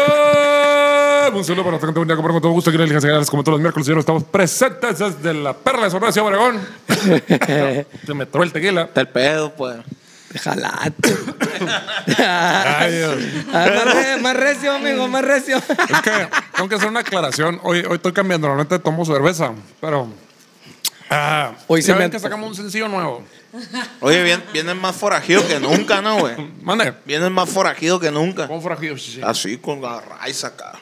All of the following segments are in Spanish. ¡Eh! Un saludo para los que un día comprar con todo gusto. Aquí en Elijas Ganadas, como todos los miércoles, señores, estamos presentes desde la perla de San Horacio Obregón. Se me tró el tequila. Está el pedo, pues. Jalate. Ay, Dios. Ah, más, re- más recio, amigo, más recio. Es que tengo que hacer una aclaración. Hoy, hoy estoy cambiando. Normalmente tomo cerveza, pero. Ah, Hoy hoy se se me- que sacamos un sencillo nuevo. Oye, bien- vienen más forajidos que nunca, ¿no, güey? Mande. Vienen más forajidos que nunca. Con forajido. sí, sí. Así, con la raíz acá.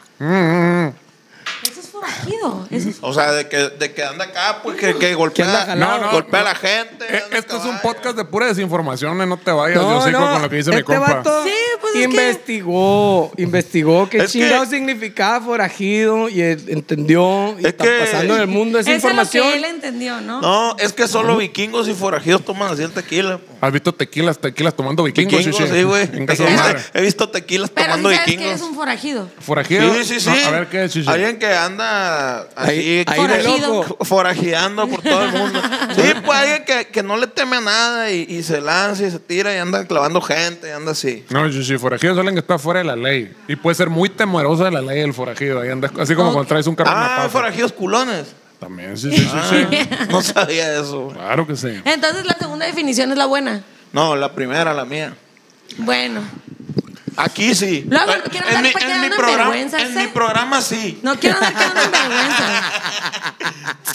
Eso es forajido. Eso es... O sea, de que, de que anda acá, pues, que, que golpea, anda jalado. no, no, golpea a la gente. Eh, anda Este es un caballo. podcast de pura desinformación. eh, No te vayas, yo sigo con lo que dice mi este compa. vato Sí, pues es que- investigó, investigó qué Es que- chingado significaba forajido y él entendió y Es está que- pasando en el mundo esa Eso información. es lo que él entendió, ¿no? No, es que solo vikingos y forajidos toman así el tequila. po. ¿Has visto tequilas, tequilas tomando vikingos? Vikingos, sí, güey. En casa de madre. He visto tequilas Pero sí tomando sabes que es vikingos. un forajido. Forajido. Sí, sí, sí. No, a ver qué es, sí, sí. Alguien que anda así Ahí, ahí de Forajido. loco. forajeando por todo el mundo. Sí, pues alguien que, que no le teme a nada y, y se lanza y se tira y anda clavando gente y anda así. No, sí, sí, forajido es alguien que está fuera de la ley. Y puede ser muy temeroso de la ley del forajido. Ahí andas, así como Ok. cuando traes un carro en la Ah, pata. forajidos culones. También, sí, sí, sí, sí. No sabía eso. Claro que sí. Entonces la segunda definición es la buena. No, la primera, la mía. Bueno, Aquí sí. Luego, quiero andar pa' quedando en programa, vergüenza, en ¿sí? mi programa sí. no quiero dar que en vergüenza.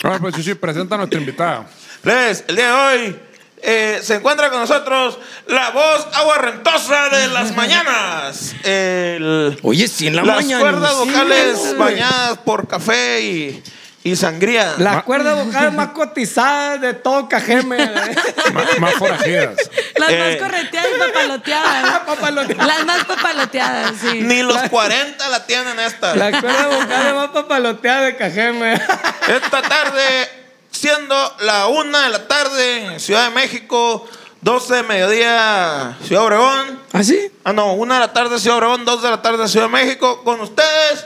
Ahora, pues, sí, sí, presenta a nuestra invitada. Les, el día de hoy eh, se encuentra con nosotros la voz aguarrentosa de las mañanas. El- Oye, sí, en la las mañana, cuerdas sí, vocales güey. bañadas por café y, y sangría. Las cuerdas vocales más cotizadas de todo Cajeme. Más, más forajidas. Las Eh. más correteadas y papaloteadas. Papaloteadas. Las más papaloteadas, sí. Ni los 40 la tienen esta. Las cuerdas vocales más papaloteadas de Cajeme. Esta tarde, siendo la una de la tarde, Ciudad de México, 12 de mediodía, Ciudad Obregón. ¿Ah, sí? Ah, no, una de la tarde Ciudad Obregón, dos de la tarde Ciudad de México. Con ustedes,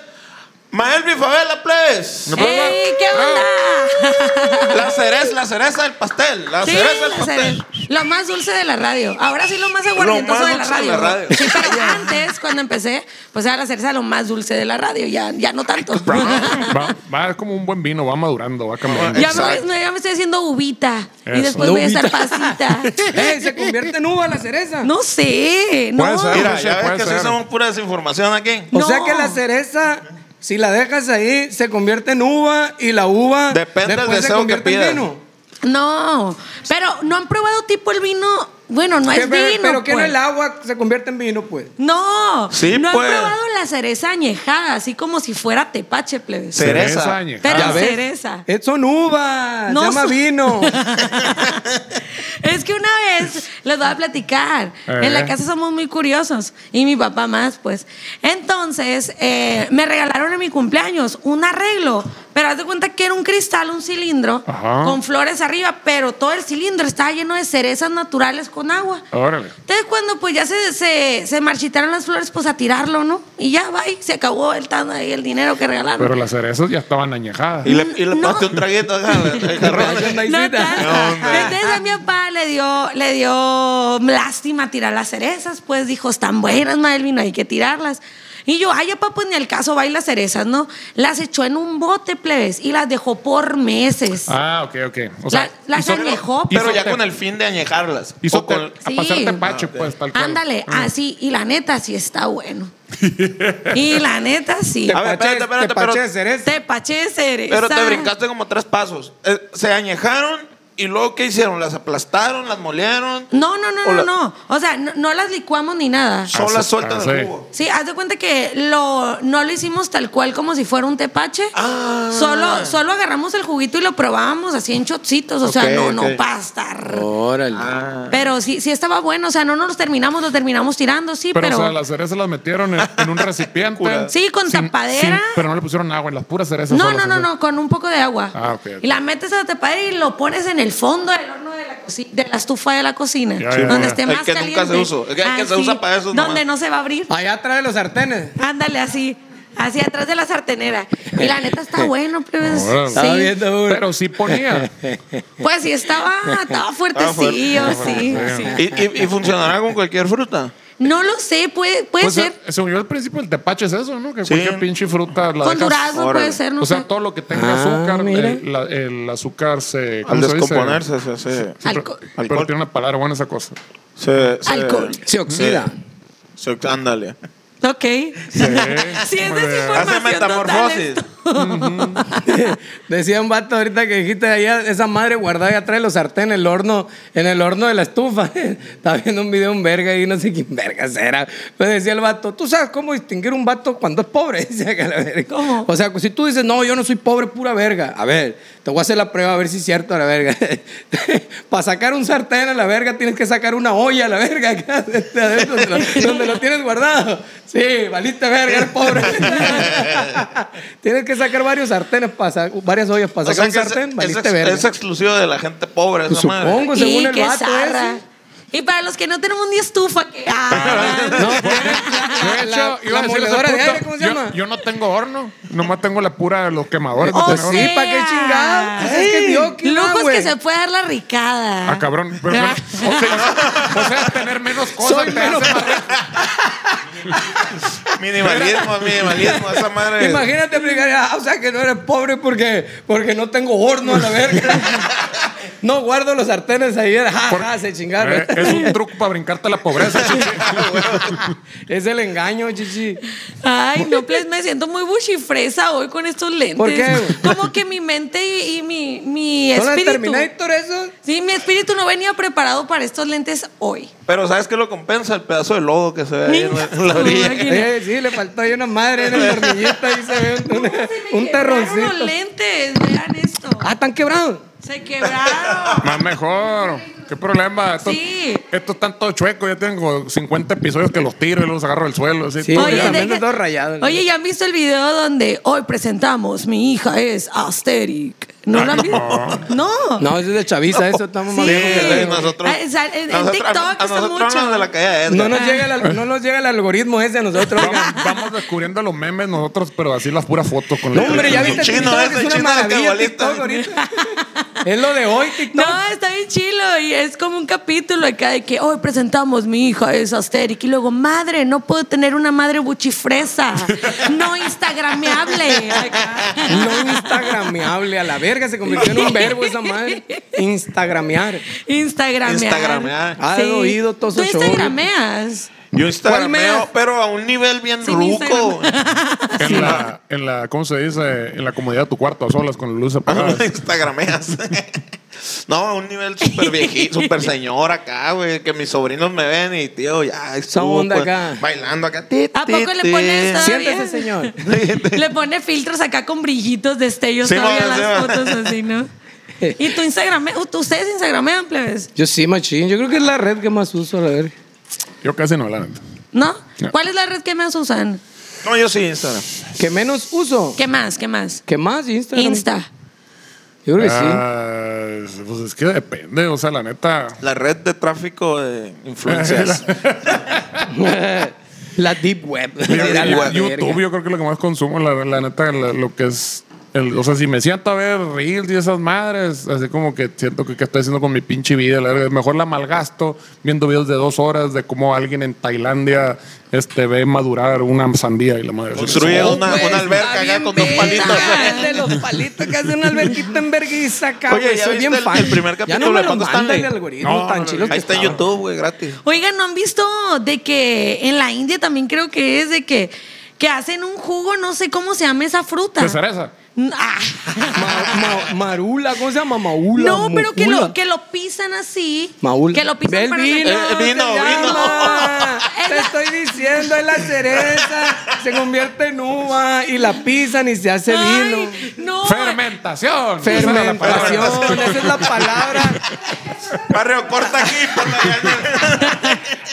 Maelvi Favela, please. ¡Ey, qué onda! La cereza, la cereza del pastel. La Sí, cereza del la pastel. cere- Lo más dulce de la radio. Ahora sí lo más aguardientoso Lo más de la dulce de radio. la radio. Sí, pero antes, cuando empecé, pues era la cereza lo más dulce de la radio. Ya, ya no tanto. Va, va como un buen vino, va madurando, va cambiando. ya, Exacto. me, ya me estoy haciendo uvita. Y Eso. después La voy a estar uvita. pasita. Ey, se convierte en uva la cereza. No sé. Puede No. ser. Mira, Sí, ya puede ves que ser. sí somos pura desinformación aquí. O No. sea que la cereza, si la dejas ahí, se convierte en uva y la uva Depende del después se deseo que convierte en pidas. vino. No. Pero no han probado tipo el vino. Bueno, no es Que- pero vino. pero que no pues. el agua se convierte en vino, pues. No, Sí, no pues. han probado la cereza añejada, así como si fuera tepache, plebes. Sí. Cereza. añeja. Pero Ya ves. cereza. Eh, Son uvas, No se llama son- vino. Es que una vez les voy a platicar. Eh. En la casa somos muy curiosos. Y mi papá más, pues. Entonces, eh, me regalaron en mi cumpleaños un arreglo. Pero haz de cuenta que era un cristal, un cilindro, Ajá. con flores arriba. Pero todo el cilindro estaba lleno de cerezas naturales con agua. Órale. Entonces, cuando pues ya se, se, se marchitaron las flores, pues a tirarlo, ¿no? Y ya va, y se acabó el, tan- ahí el dinero que regalaron. Pero las cerezas ya estaban añejadas. Y le, y le No. pasaste un traguito acá al- al jarrón. Ay, No Naisita. tanto. ¿Qué onda? Entonces a mi papá le dio, le dio lástima tirar las cerezas, pues dijo, están buenas, Madelvino, hay que tirarlas. Y yo, ay, papá, pues ni al caso va y las cerezas, ¿no? Las echó en un bote, plebes, y las dejó por meses. Ah, ok, ok. O sea, La- las hizo- añejó, Pero hizo ya te- con el fin de añejarlas. Hizo O con- te- Sí. a pasarte pache, Ah, ok. pues, tal cual. Ándale, así, y la neta sí está bueno. y la neta sí. Te A ver, espérate, espérate, te paché pero- de cereza. Te paché de cereza. Pero te brincaste como tres pasos. Eh, se añejaron, ¿Y luego qué hicieron? ¿Las aplastaron? ¿Las molieron? No, no, no, O no, la- no. O sea, no, no las licuamos ni nada. Son Ah, las sí, sueltas ah, del sí. jugo. Sí, haz de cuenta que lo, no lo hicimos tal cual como si fuera un tepache. Ah. Solo, solo agarramos el juguito y lo probábamos así en chotcitos. O sea, Ok, no, ok. no, pastar. Órale. Ah. Pero sí, sí estaba bueno. O sea, no nos los terminamos, lo terminamos tirando, sí, Pero, pero. o sea, las cerezas las metieron en, en un recipiente. Sí, con tapadera. pero no le pusieron agua en las puras cerezas. No, solas, no, no, así. no, con un poco de agua. Ah, ok, ok. Y la metes a la tapadera y lo pones en el fondo del horno de la cocina, de la estufa de la cocina, Ya, ya, donde ya. esté El más que nunca caliente. Ah, se usa, el que- el que se usa para eso Donde nomás. no se va a abrir. Allá atrás de los sartenes. Ándale así, así atrás de la sartenera. Y la neta está bueno, plebes. Órale. Estaba Sí. viendo uno. Pero sí ponía. Pues sí estaba, estaba fuertecillo, sí, sí. ¿Y, y, y funcionará con cualquier fruta? No lo sé, puede, puede Pues, ser. eh, según yo, al principio el tepache es eso, ¿no? Que cualquier pinche fruta la Con dejas- durazno Órale. puede ser, no o sé. sea, todo lo que tenga Ah, azúcar, mira. el, la- el azúcar se. Al ¿cómo se dice? descomponerse se, se, Sí, pero- Alco- Pero, Alcohol. tiene una palabra buena esa cosa. se- se- Alcohol. Se oxida. se- se- ándale. Ok. Sí, muy es bien. desinformación Hace metamorfosis. total esto. Decía un vato ahorita que dijiste allá, esa madre guardada allá atrás de los sartenes, en el horno, en el horno de la estufa. Estaba viendo un video un verga y no sé quién verga será. Pero decía el vato, ¿tú sabes cómo distinguir un vato cuando es pobre? Decía que la verga. ¿Cómo? O sea, si tú dices, no, yo no soy pobre, pura verga. A ver, te voy a hacer la prueba a ver si es cierto a la verga. Para sacar un sartén a la verga tienes que sacar una olla a la verga. acá, de adentro, donde, lo, donde lo tienes guardado. Sí, valiste verga, eres pobre. Tienes que sacar varios sartenes, para sa- varias ollas para O sacar sea un que es- sartén, es, valiste ex- verga. es exclusivo de la gente pobre, Pues esa madre. supongo, Y según el qué vato ¿eh? zarra. ese. Y para los que no tenemos ni estufa, que. Ah, No, De hecho, la, iba a decir la ese moledora de punto, aire, ¿cómo se yo, llama? yo no tengo horno, nomás tengo la pura de los quemadores. no O tengo pues sea, horno. sí, ¿para qué chingado? Pues es que dio que Lujo no, es güey. que se puede dar la ricada. Ah, cabrón. pero- Ah. pero- o, sea, o sea, tener menos cosas Soy te menos hace más rico. Minimalismo, minimalismo, esa madre. Imagínate aplicar, ah, o sea que no eres pobre porque, porque no tengo horno a la verga. no guardo los sartenes ahí, ajá, Por- se chingaron. Eh, es un truco para brincarte la pobreza, chichi. es el engaño, chichi. Ay, no, pues me siento muy buchifresa hoy con estos lentes. ¿Por qué, güey? Como que mi mente y, y mi, mi ¿Son las espíritu. Terminator esos? Sí, mi espíritu no venía preparado para estos lentes hoy. Pero ¿sabes qué lo compensa? El pedazo de lodo que se ve ahí en la, en la orilla. Ay, Eh, sí, le faltó ahí una madre en el tornillito, ahí se ve un, se me un quebraron terroncito. los lentes, vean esto. Ah, están quebrados. Se quebraron. Más mejor. ¿Qué problema? Estos, Sí. estos están todos chuecos. Yo tengo 50 episodios que los tiro y los agarro del suelo. Así, Sí, todo Oye, ya. también los dos rayados. Oye, ¿ya han visto el video donde hoy presentamos mi hija es Asteric? ¿No lo han visto? No. No, eso es de chaviza, eso estamos más Sí. viejos que la Sí, verga. nosotros, Ah, o sea, en- en nosotros- TikTok a está nosotros mucho. nos de la calle de Edgar. No nos, llega el, al- no nos llega el algoritmo ese a nosotros. oiga. Vamos, vamos descubriendo los memes nosotros, pero así las puras fotos con No, la- hombre, ya vi- viste Chino, TikTok, ese es una chino de maravilla cabalista. TikTok ahorita. es lo de hoy No, TikTok. está bien chilo y es como un capítulo acá de que hoy presentamos mi hija es Asteric y luego madre, no puedo tener una madre buchifresa, no instagrameable. acá. No instagrameable, a la verga se convirtió en un verbo esa madre. Instagramear. Instagramear. Instagramear. Ha de Ah, oído todo Tú ese show. instagrameas. Yo ¿Cuál instagrameo, me- pero a un nivel bien Sin ruco. en, la, en la, ¿cómo se dice? En la comodidad de tu cuarto, a solas, con la luz apagada. Ah. Ah, Instagrameas. No, a un nivel súper viejito, súper señor acá, güey. Que mis sobrinos me ven y, tío, ya. Esa estuvo, onda pues, acá. Bailando acá. Ti, ¿A ti, poco le ti. pones a- Siéntese, señor. Le pone filtros acá con brillitos, destellos Sí, todavía ma, en las sí, ma. fotos así, ¿no? Eh. Y tú instagrameas, ustedes instagramean, plebes, Yo sí, machín. Yo creo que es la red que más uso, a la verga. Yo casi no, la neta. ¿no? No. ¿Cuál es la red que más usan? No, yo sí, Instagram. ¿Qué menos uso? ¿Qué más? ¿Qué más? ¿Qué más? Instagram. Insta. Yo creo que Pues sí. Ah, pues es que depende, o sea, la neta. La red de tráfico de influencias. Ah. La deep web. Yo- A la yo- verga. YouTube, yo creo que lo que más consumo, la, la neta, la- lo que es. el- o sea, si me siento a ver reels y esas madres, así como que siento que, que estoy haciendo con mi pinche vida, la verdad, mejor la malgasto viendo videos de dos horas de cómo alguien en Tailandia este, ve madurar una sandía y la madre. Construye No, una, güey, una alberca Pues, está acá bien con dos verga, palitos. el de los palitos que hace una alberquita en vergüenza acá, Oye, güey. ¿ya Soy viste bien el- fan. el primer ya capítulo no me de lo Pato mandan Stanley? el algoritmo No, no, tan no, chilo Ahí que está en estaba. YouTube, güey, gratis. Oigan, ¿no han visto de que en la India también creo que es de que que hacen un jugo, no sé cómo se llama esa fruta. ¿De cereza? Ah. Ma- ma- marula, ¿cómo se llama? Maula. No, pero que mucula. lo, que lo pisan así. Maula. Que lo pisan Ve el para vino, sacar- Eh, se vino, vino. llama. Es Te la- estoy diciendo, es la cereza. se convierte en uva y la pisan y se hace vino. Ay, no. Fermentación. Esa era la palabra. Fermentación, esa es la palabra. Barrio, corta aquí, ponla allá en el-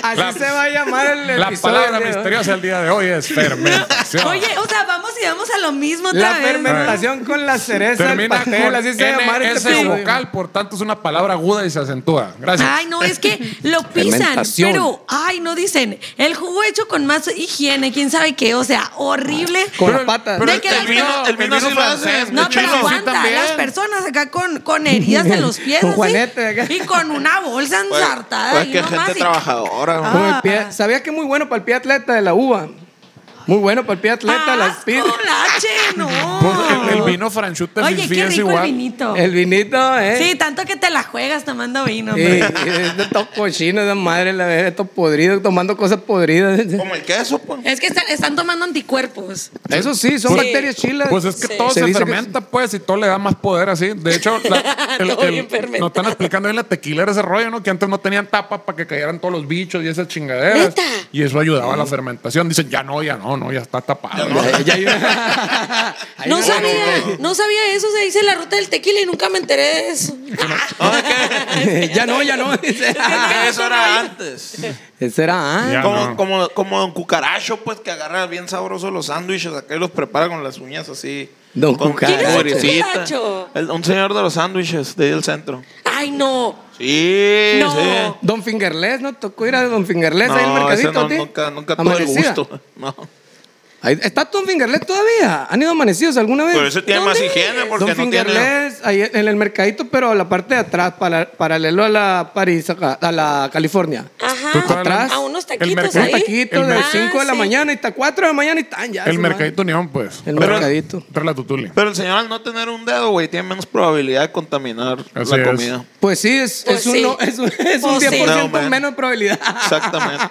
Así La- se va a llamar el La episodio palabra de hoy. misteriosa del día de hoy es fermentación. Oye, o sea, vamos y vamos a lo mismo otra La vez. fermentación con la cereza, el Termina pastel, con así se va a llamar este NS episodio. vocal, por tanto es una palabra aguda y se acentúa. Gracias. Ay, no, es que lo pisan, Fermentación. pero, ay, no dicen, el jugo hecho con más higiene, quién sabe qué, o sea, horrible. Con las Pero- patas. pero- el, que las- vino, el vino el sí vino lo hace. francés, No, pero Chino, sí aguanta, también. las personas acá con, con heridas en los pies, Con así, juanete acá. y con una bolsa ensartada. Pues ¿eh? y que nomás gente y- trabajadora. güey. Como el pie- ¿Sabías que es muy bueno para el pie atleta de la uva? Muy bueno para el pie atleta, las Asco, pides. lache, no. Pues, el, el vino franchute Ah. Oye, fifi qué es rico el igual. vinito. El vinito, ¿eh? Sí, tanto que te la juegas tomando vino. Sí, hombre. es de estos cochinos, de madre, la verdad, estos podridos, tomando cosas podridas. Como el queso, pues. Es que están, están tomando anticuerpos. Eso sí, son Sí. bacterias chilas. ¿Eh? Pues es que todo se, Se dice que- fermenta, pues, y todo le da más poder así. De hecho, la- el- Todo el- bien fermentado. nos están explicando en la tequila era ese rollo, ¿no? Que antes no tenían tapa para que cayeran todos los bichos y esas chingaderas. ¿Neta? Y eso ayudaba Mm. a la fermentación. Dicen, ya no, ya no, no, ya está tapado. Ya- ya hay una- Hay No una- sabía, no sabía eso, se dice la ruta del tequila y nunca me enteré de eso. ya no, ya no. Ah, eso era antes. Ese era ah, antes. Ya como, no. como, como Don Cucaracho, pues, que agarra bien sabrosos los sándwiches, acá y los prepara con las uñas así. Don con Cucaracho. ¿Quién es Don cebollita. Cucaracho? El- un señor de los sándwiches de ahí del centro. Ay, no. Sí, No. sí. Don Fingerless, ¿no? Tocó ir a Don Fingerless ahí al No, ese mercadito. no, a ti? nunca, nunca tuve el Amanecida. gusto. No. Pues, Ahí- ¿Está Don Fingerless todavía? ¿Han ido amanecidos alguna vez? Pero ese tiene más higiene porque Don no tiene. Fingerless, ahí en el mercadito, pero a la parte de atrás, para- paralelo a la París, acá, a la California. Tú Ajá. todavía no- Pues, atrás, A unos taquitos el mercado- Un ahí. taquito El de mer- 5 de la Ah, sí. mañana y hasta 4 de la mañana y están ya. El su mercadito neón, pues. madre. El Pero- mercadito. Perla tutuli. Pero el señor al no tener un dedo, güey, tiene menos probabilidad de contaminar Así la es. comida. Pues sí, es, Pues es un, sí. no- es un, es un Pues sí. 10% No, man. menos de probabilidad. Exactamente.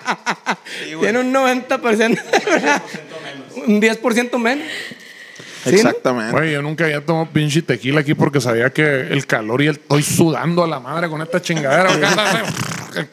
Sí, güey. Tiene un 90%. Un 10% menos. ¿Sí, no? Exactamente. Güey, yo nunca había tomado pinche tequila aquí porque sabía que el calor y el... Estoy sudando a la madre con esta chingadera. porque anda así,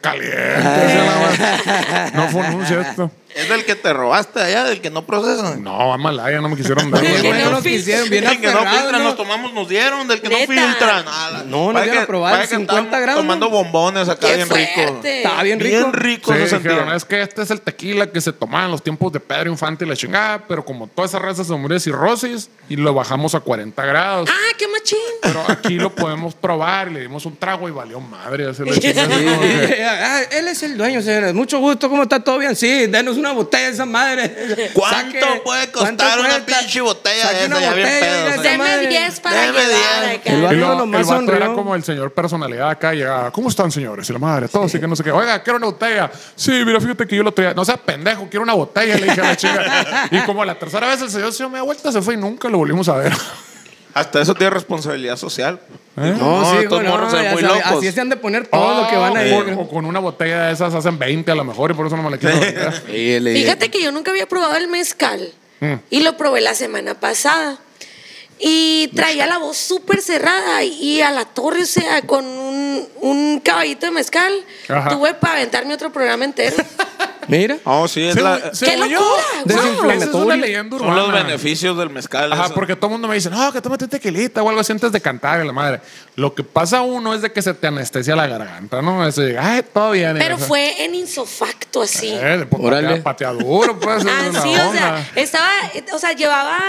caliente. así la madre. no fue un esto. Es del que te robaste allá, del que no procesan. No, a Malaya no me quisieron dar. güey. El que Bueno, no lo que filtra. hicieron, bien del que no aferrado, filtran, ¿no? nos tomamos, nos dieron. Del que no Neta. filtran. Ah, la- No, no vaya dieron que- a probar, vaya que 50 estábamos grados, Tomando ¿no? bombones acá Qué bien rico. fuerte. Estaba bien rico. Bien rico Sí, se sentía. dijeron, es que este es el tequila que se tomaba en los tiempos de Pedro Infante y la chingada, pero como toda esa raza se murió de cirrosis y lo bajamos a 40 grados. Ah, qué machín. Pero aquí lo podemos probar, y le dimos un trago y valió madre. así la chingada, como que- Ah, él es el dueño, señores. Mucho gusto, ¿cómo está? ¿Todo bien? Sí, denos una botella de esa madre. ¿Cuánto puede costar una pinche botella de esa? Ya bien pedo, de esa Deme Pues Deme madre. 10 para Deme ayudar 10. acá. El Y barrio lo- nomás el vato era sonrió. como el señor personalidad acá y llegaba, ¿cómo están señores? Y la madre, todo así que no sé qué. Oiga, quiero una botella. Sí, mira, fíjate que yo lo traía. No seas pendejo, quiero una botella, le dije a la chica. Y como la tercera vez el señor se dio media vuelta, se fue y nunca lo volvimos a ver. Hasta eso tiene responsabilidad social. No, sí, estos no, morros son ya muy sabe, locos. Así se han de poner todos los que van a Ah, ir. con- O con una botella de esas hacen 20 a lo mejor y por eso no me la quiero vender. Fíjate que yo nunca había probado el mezcal Mm. y lo probé la semana pasada. Y traía la voz súper cerrada y a la torre, o sea, con un, un caballito de mezcal, Ajá. tuve para aventarme otro programa entero. Mira. Oh, sí, es Según- la- ¡Qué según yo, locura! Esa es Desinflamatorio. una leyenda son los urbana. beneficios del mezcal. Ajá, eso. porque todo el mundo me dice, no, que tómate tequilita o algo así antes de cantar, y la madre. Lo que pasa uno es de que se te anestesia la garganta, ¿no? Eso llega, ay, todo bien. y Pero o sea, fue en insofacto así. Ah, Eh, pues, Órale. patea- pateaduro, pues. Ah, es la sí, o onda. sea, estaba, eh, o sea, llevaba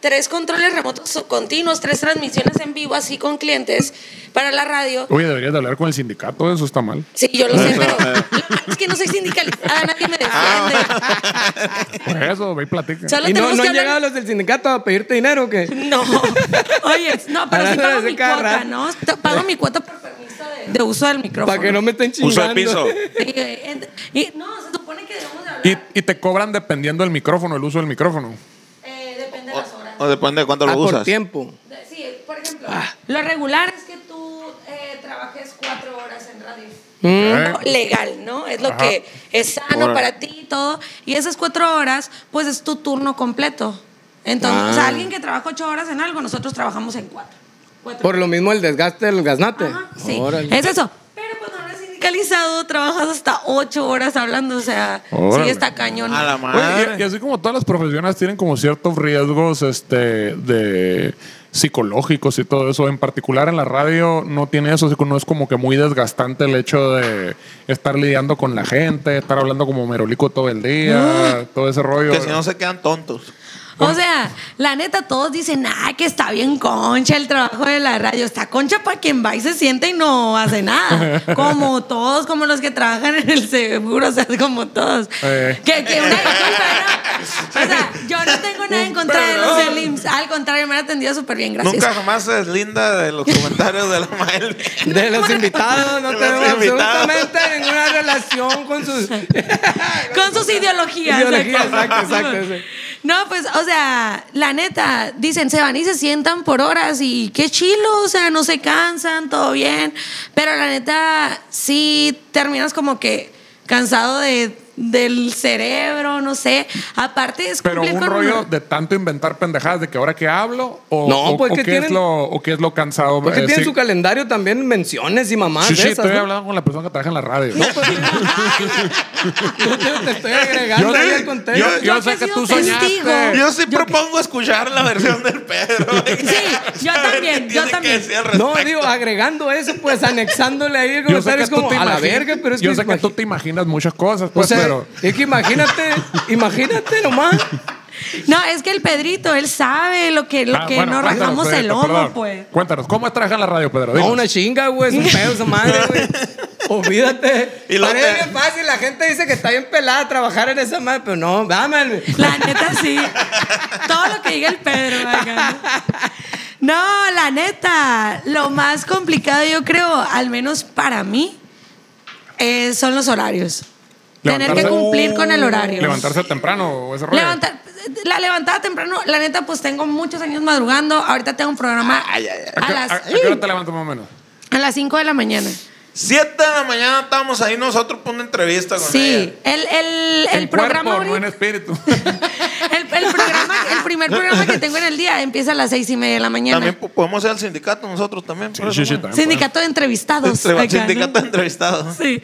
tres controles remotos continuos, tres transmisiones en vivo así con clientes para la radio. Oye, deberías de hablar con el sindicato, eso está mal. Sí, yo lo sé, pero lo malo es que no soy sindicalizada, nadie me defiende. Por eso, ve y platica. Solo Ah. ¿Y no, tenemos no que han llegado hablar- los del sindicato a pedirte dinero o qué? No, oye, no, pero sí Hablando pago Ah, de mi cada cuota, rato. ¿no? T- Pago mi cuota por permiso de, de uso del micrófono. Para que no me estén Uso chingando. el piso. Sí, eh, ent- y- no, se supone que debemos de hablar, Y, y te cobran dependiendo del micrófono, el uso del micrófono. eh, depende de las horas. O depende de cuánto Ah, lo por usas. tiempo. De- Ah. Sí, por ejemplo, lo regular es que tú eh, trabajes cuatro horas en radio. Ok. legal, ¿no? Es lo Ajá. que es sano Órale. para ti y todo. Y esas cuatro horas, pues es tu turno completo. Entonces, o sea, Ah. alguien que trabaja ocho horas en algo, nosotros trabajamos en cuatro. Cuatro. Por lo mismo el desgaste del gaznate. Ajá, sí. Órale. Es eso. Pero cuando eres sindicalizado, trabajas hasta ocho horas hablando, o sea, Órale. sí está cañón. A la Oye, y, y madre. así como todas las profesiones tienen como ciertos riesgos este, de psicológicos y todo eso, en particular en la radio no tiene eso, así que no es como que muy desgastante el hecho de estar lidiando con la gente, estar hablando como merolico todo el día, todo ese rollo. Que si no se quedan tontos. O sea, la neta, todos dicen, ah, que está bien concha el trabajo de la radio. Está concha para quien va y se sienta y no hace nada. Como todos, como los que trabajan en el seguro, o sea, como todos. Eh. Que, que una disculpa, ¿no? O sea, yo no tengo nada en contra de los del IMSS. Al contrario, me han atendido súper bien, gracias. Nunca jamás se deslinda de los comentarios de la Mael. De los invitados, De no los tenemos invitados. absolutamente ninguna relación con sus. Con sus ideologías. Ideologías, exacto. exacto, exacto, sí. No, pues, o sea, la neta, dicen, se van y se sientan por horas y qué chilo, o sea, no se cansan, todo bien. Pero la neta, sí terminas como que cansado de, del cerebro, no sé. Aparte es Pero cumplir un con rollo una- de tanto inventar pendejadas de que ahora que hablo o, No, o- pues, o que qué es tienen- lo, o qué es lo cansado. Porque eh, tienen sí. su calendario también menciones y mamás. Sí, de sí, esas, estoy ¿no? hablando con la persona que trabaja en la radio. Yo te, te estoy agregando Yo- ahí al contexto. yo- yo- que sé he que sido tú soñaste. Yo sí propongo escuchar la versión del Pedro. Sí, yo A ver también, qué yo tiene que también. decir al no, respecto. digo, agregando eso, pues anexándole ahí el comentario es como a la imagi- verga, pero es yo que. sé que tú imagi- te imaginas muchas cosas, o pues, sea, pero es que imagínate, imagínate nomás. No, es que el Pedrito, él sabe lo que, lo Ah, que bueno, no cuéntanos, rajamos el Pedrito, lomo, perdón. pues. Cuéntanos, ¿cómo trabaja en la radio, Pedro? No, Dinos. una chinga, güey, es un pedo esa madre, güey. Olvídate. Y Y luego te- bien fácil, la gente dice que está bien pelada trabajar en esa madre, pero no, dame. La neta sí. Todo lo que diga el Pedro. vaya. No, la neta. Lo más complicado, yo creo, al menos para mí, eh, son los horarios. Tener que Levantarse- cumplir con el horario. Levantarse temprano o ese rollo. Levantar- la levantada temprano, la neta, pues tengo muchos años madrugando. Ahorita tengo un programa ¿A a qué- las, a- a qué hora te levantas más o menos? a las 5 de la mañana. Siete de la mañana estábamos ahí nosotros por una entrevista con Sí, ella. el, el, el En programa. cuerpo, no ahorita- en espíritu. el, el programa, el primer programa que tengo en el día empieza a las seis y media de la mañana. También po- podemos ser al sindicato nosotros también. por sí, eso, sí, güey. también. Sindicato de entrevistados. Entre- acá, ¿no? Sindicato de entrevistados. Sí.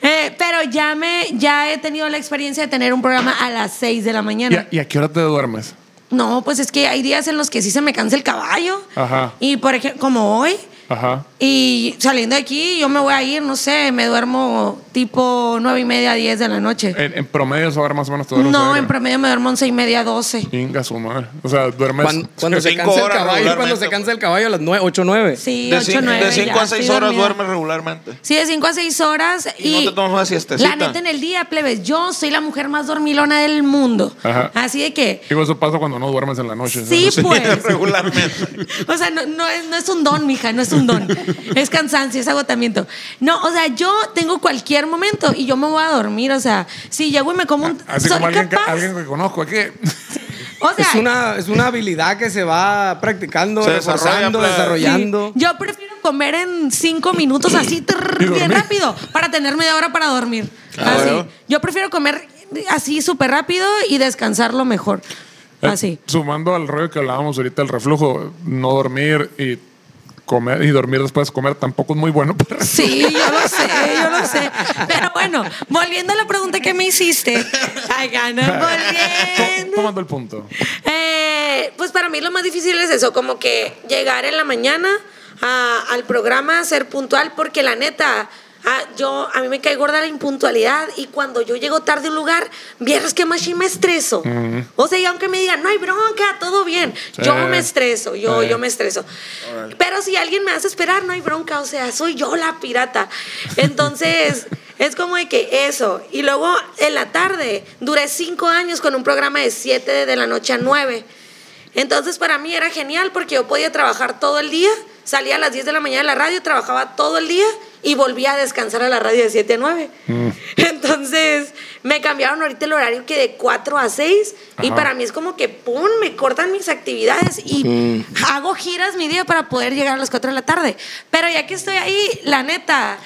Eh, pero ya me, ya he tenido la experiencia de tener un programa a las 6 de la ¿Y mañana. a, y a qué hora te duermes? No, pues es que hay días en los que sí se me cansa el caballo. Ajá. Y por ejemplo, como hoy, Ajá. y saliendo de aquí, yo me voy a ir, no sé, me duermo tipo nueve y media, 10 de la noche. Eh, En, en promedio esa hora más o menos te duermes. No, verga. en promedio me duermo once y media, 12. Chinga su madre. O sea, duermes. Cuando, cuando se Cinco cansa el horas caballo, cuando se regularmente, cansa el caballo a las 9, 8, 9. Sí, De, 8, cin- 9. de cinco a seis horas duermes regularmente. Sí, de 5 a 6 horas. Y no te tomas una siestecita. La neta, en el día, plebes, yo soy la mujer más dormilona del mundo. Ajá. Así de que, Digo, eso pasa cuando no duermes en la noche. sí, ¿no? pues. regularmente. O sea, no, no es, no es un don, mija, no es un don. Es cansancio, es agotamiento. No, o sea, yo tengo cualquier momento y yo me voy a dormir. O sea, si llego y me como un. Ah, Así soy como alguien que, capaz. alguien que conozco aquí. o sea, Es una, es una habilidad que se va practicando, Se desarrolla, pues. reforzando, plan. desarrollando. yo prefiero comer en cinco minutos así trrr, Y dormir. bien rápido para tener media hora para dormir. Ah, Así. bueno. Yo prefiero comer así súper rápido y descansar lo mejor. Eh, Así. Sumando al rollo que hablábamos ahorita, el reflujo, no dormir y comer y dormir después de comer tampoco es muy bueno. para- Sí, yo lo sé, yo lo sé. Pero bueno, volviendo a la pregunta que me hiciste. Ay, ganó, To- volviendo. Tomando el punto. Eh, pues para mí lo más difícil es eso, como que llegar en la mañana a- al programa, ser puntual, porque la neta, ah, yo, a mí me cae gorda la impuntualidad y cuando yo llego tarde a un lugar, vieras que más sí me estreso. O sea, y aunque me digan, no hay bronca, todo bien, Sí. yo me estreso, yo, Sí. yo me estreso. Pero si alguien me hace esperar, no hay bronca, o sea, soy yo la pirata. Entonces, es como de que eso. Y luego en la tarde, duré cinco años con un programa de siete de la noche a nueve. Entonces para mí era genial porque yo podía trabajar todo el día, salía a las 10 de la mañana de la radio, trabajaba todo el día y volvía a descansar a la radio de 7 a 9. Entonces me cambiaron ahorita el horario que de 4 a 6 y Ajá. para mí es como que, ¡pum!, me cortan mis actividades y hago giras mi día para poder llegar a las 4 de la tarde. Pero ya que estoy ahí, la neta,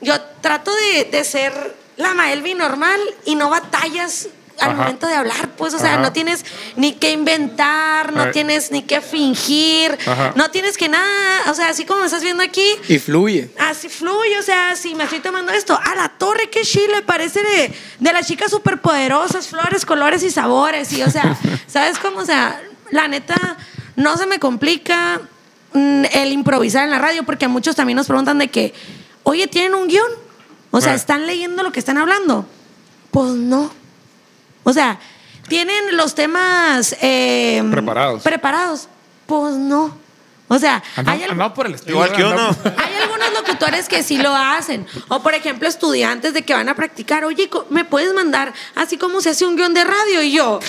yo trato de, de ser la Maelvi normal y no batallas al Ajá. momento de hablar, pues, o sea, Ajá. no tienes ni que inventar, no Ay. tienes ni que fingir, Ajá. no tienes que nada, o sea, así como me estás viendo aquí, Y fluye. Así fluye, o sea, si me estoy tomando esto, a la torre, qué chile, parece de, de las chicas superpoderosas, flores, colores y sabores. Y, o sea, ¿sabes cómo? O sea, la neta, no se me complica mm, el improvisar en la radio, porque muchos también nos preguntan de que, oye, ¿tienen un guión? O sea, Ah. ¿están leyendo lo que están hablando? Pues no. O sea, ¿tienen los temas eh, Preparados. preparados? Pues no. O sea, hay algo- andamos Ah, por el estilo. Igual que uno. andamos- hay algunos locutores que sí lo hacen. O, por ejemplo, estudiantes de que van a practicar. Oye, co- ¿me puedes mandar así como se hace un guión de radio? Y yo,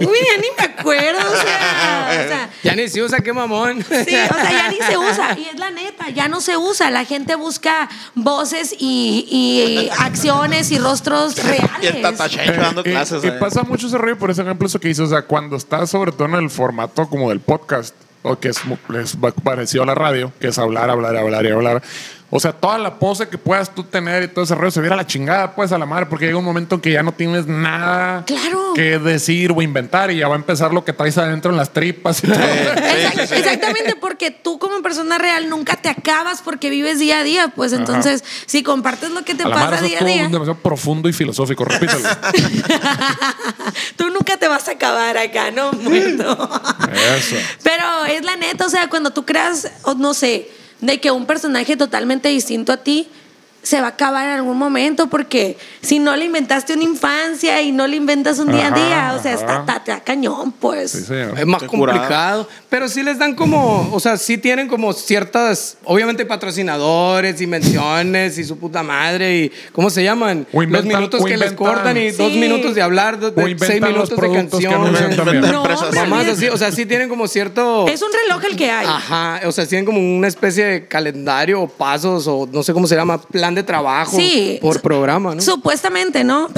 uy, ya ni me acuerdo. O sea, o sea, Ya ni se usa, qué mamón. sí, o sea, ya ni se usa. Y es la neta, ya no se usa. La gente busca voces y, y acciones y rostros reales. Y el tatachencho dando Eh, clases. Y, allá. pasa mucho ese rollo, por ese ejemplo, eso que dices, o sea, cuando estás sobre todo en el formato como del podcast, o que es, mu- es ba- parecido a la radio, que es hablar, hablar, hablar y hablar. O sea, toda la pose que puedas tú tener y todo ese rollo se viera a la chingada, pues a la madre, porque llega un momento en que ya no tienes nada Claro. que decir o inventar y ya va a empezar lo que traes adentro en las tripas y todo. Exact- exactamente, porque tú como persona real nunca te acabas porque vives día a día. Pues entonces, si compartes lo que te a la madre, eso pasa día a estuvo día. demasiado profundo y filosófico, repítelo. Tú nunca te vas a acabar acá, ¿no? Muerto. Eso. Pero es la neta, o sea, cuando tú creas, o no sé, de que un personaje totalmente distinto a ti se va a acabar en algún momento, porque si no le inventaste una infancia y no le inventas un día a Ajá, día, o sea, ajá. está, está- está cañón, pues. Sí, señor. Es más Qué curado. complicado. Pero sí les dan como, o sea, sí tienen como ciertas, obviamente patrocinadores y menciones y su puta madre y, ¿cómo se llaman? O inventan- Los minutos o que les inventan- cortan y Sí. dos minutos de hablar, dos- de O seis inventan los minutos de productos que anuncian canciones. también. No, Empresas. hombre, Mamás olvídate. así, oh. Ah. o sea, sí tienen como cierto... Es un reloj el que hay. Ajá, o sea, tienen como una especie de calendario o pasos o no sé cómo se llama, plan de trabajo Sí. por Su- programa, ¿no? Supuestamente, ¿no?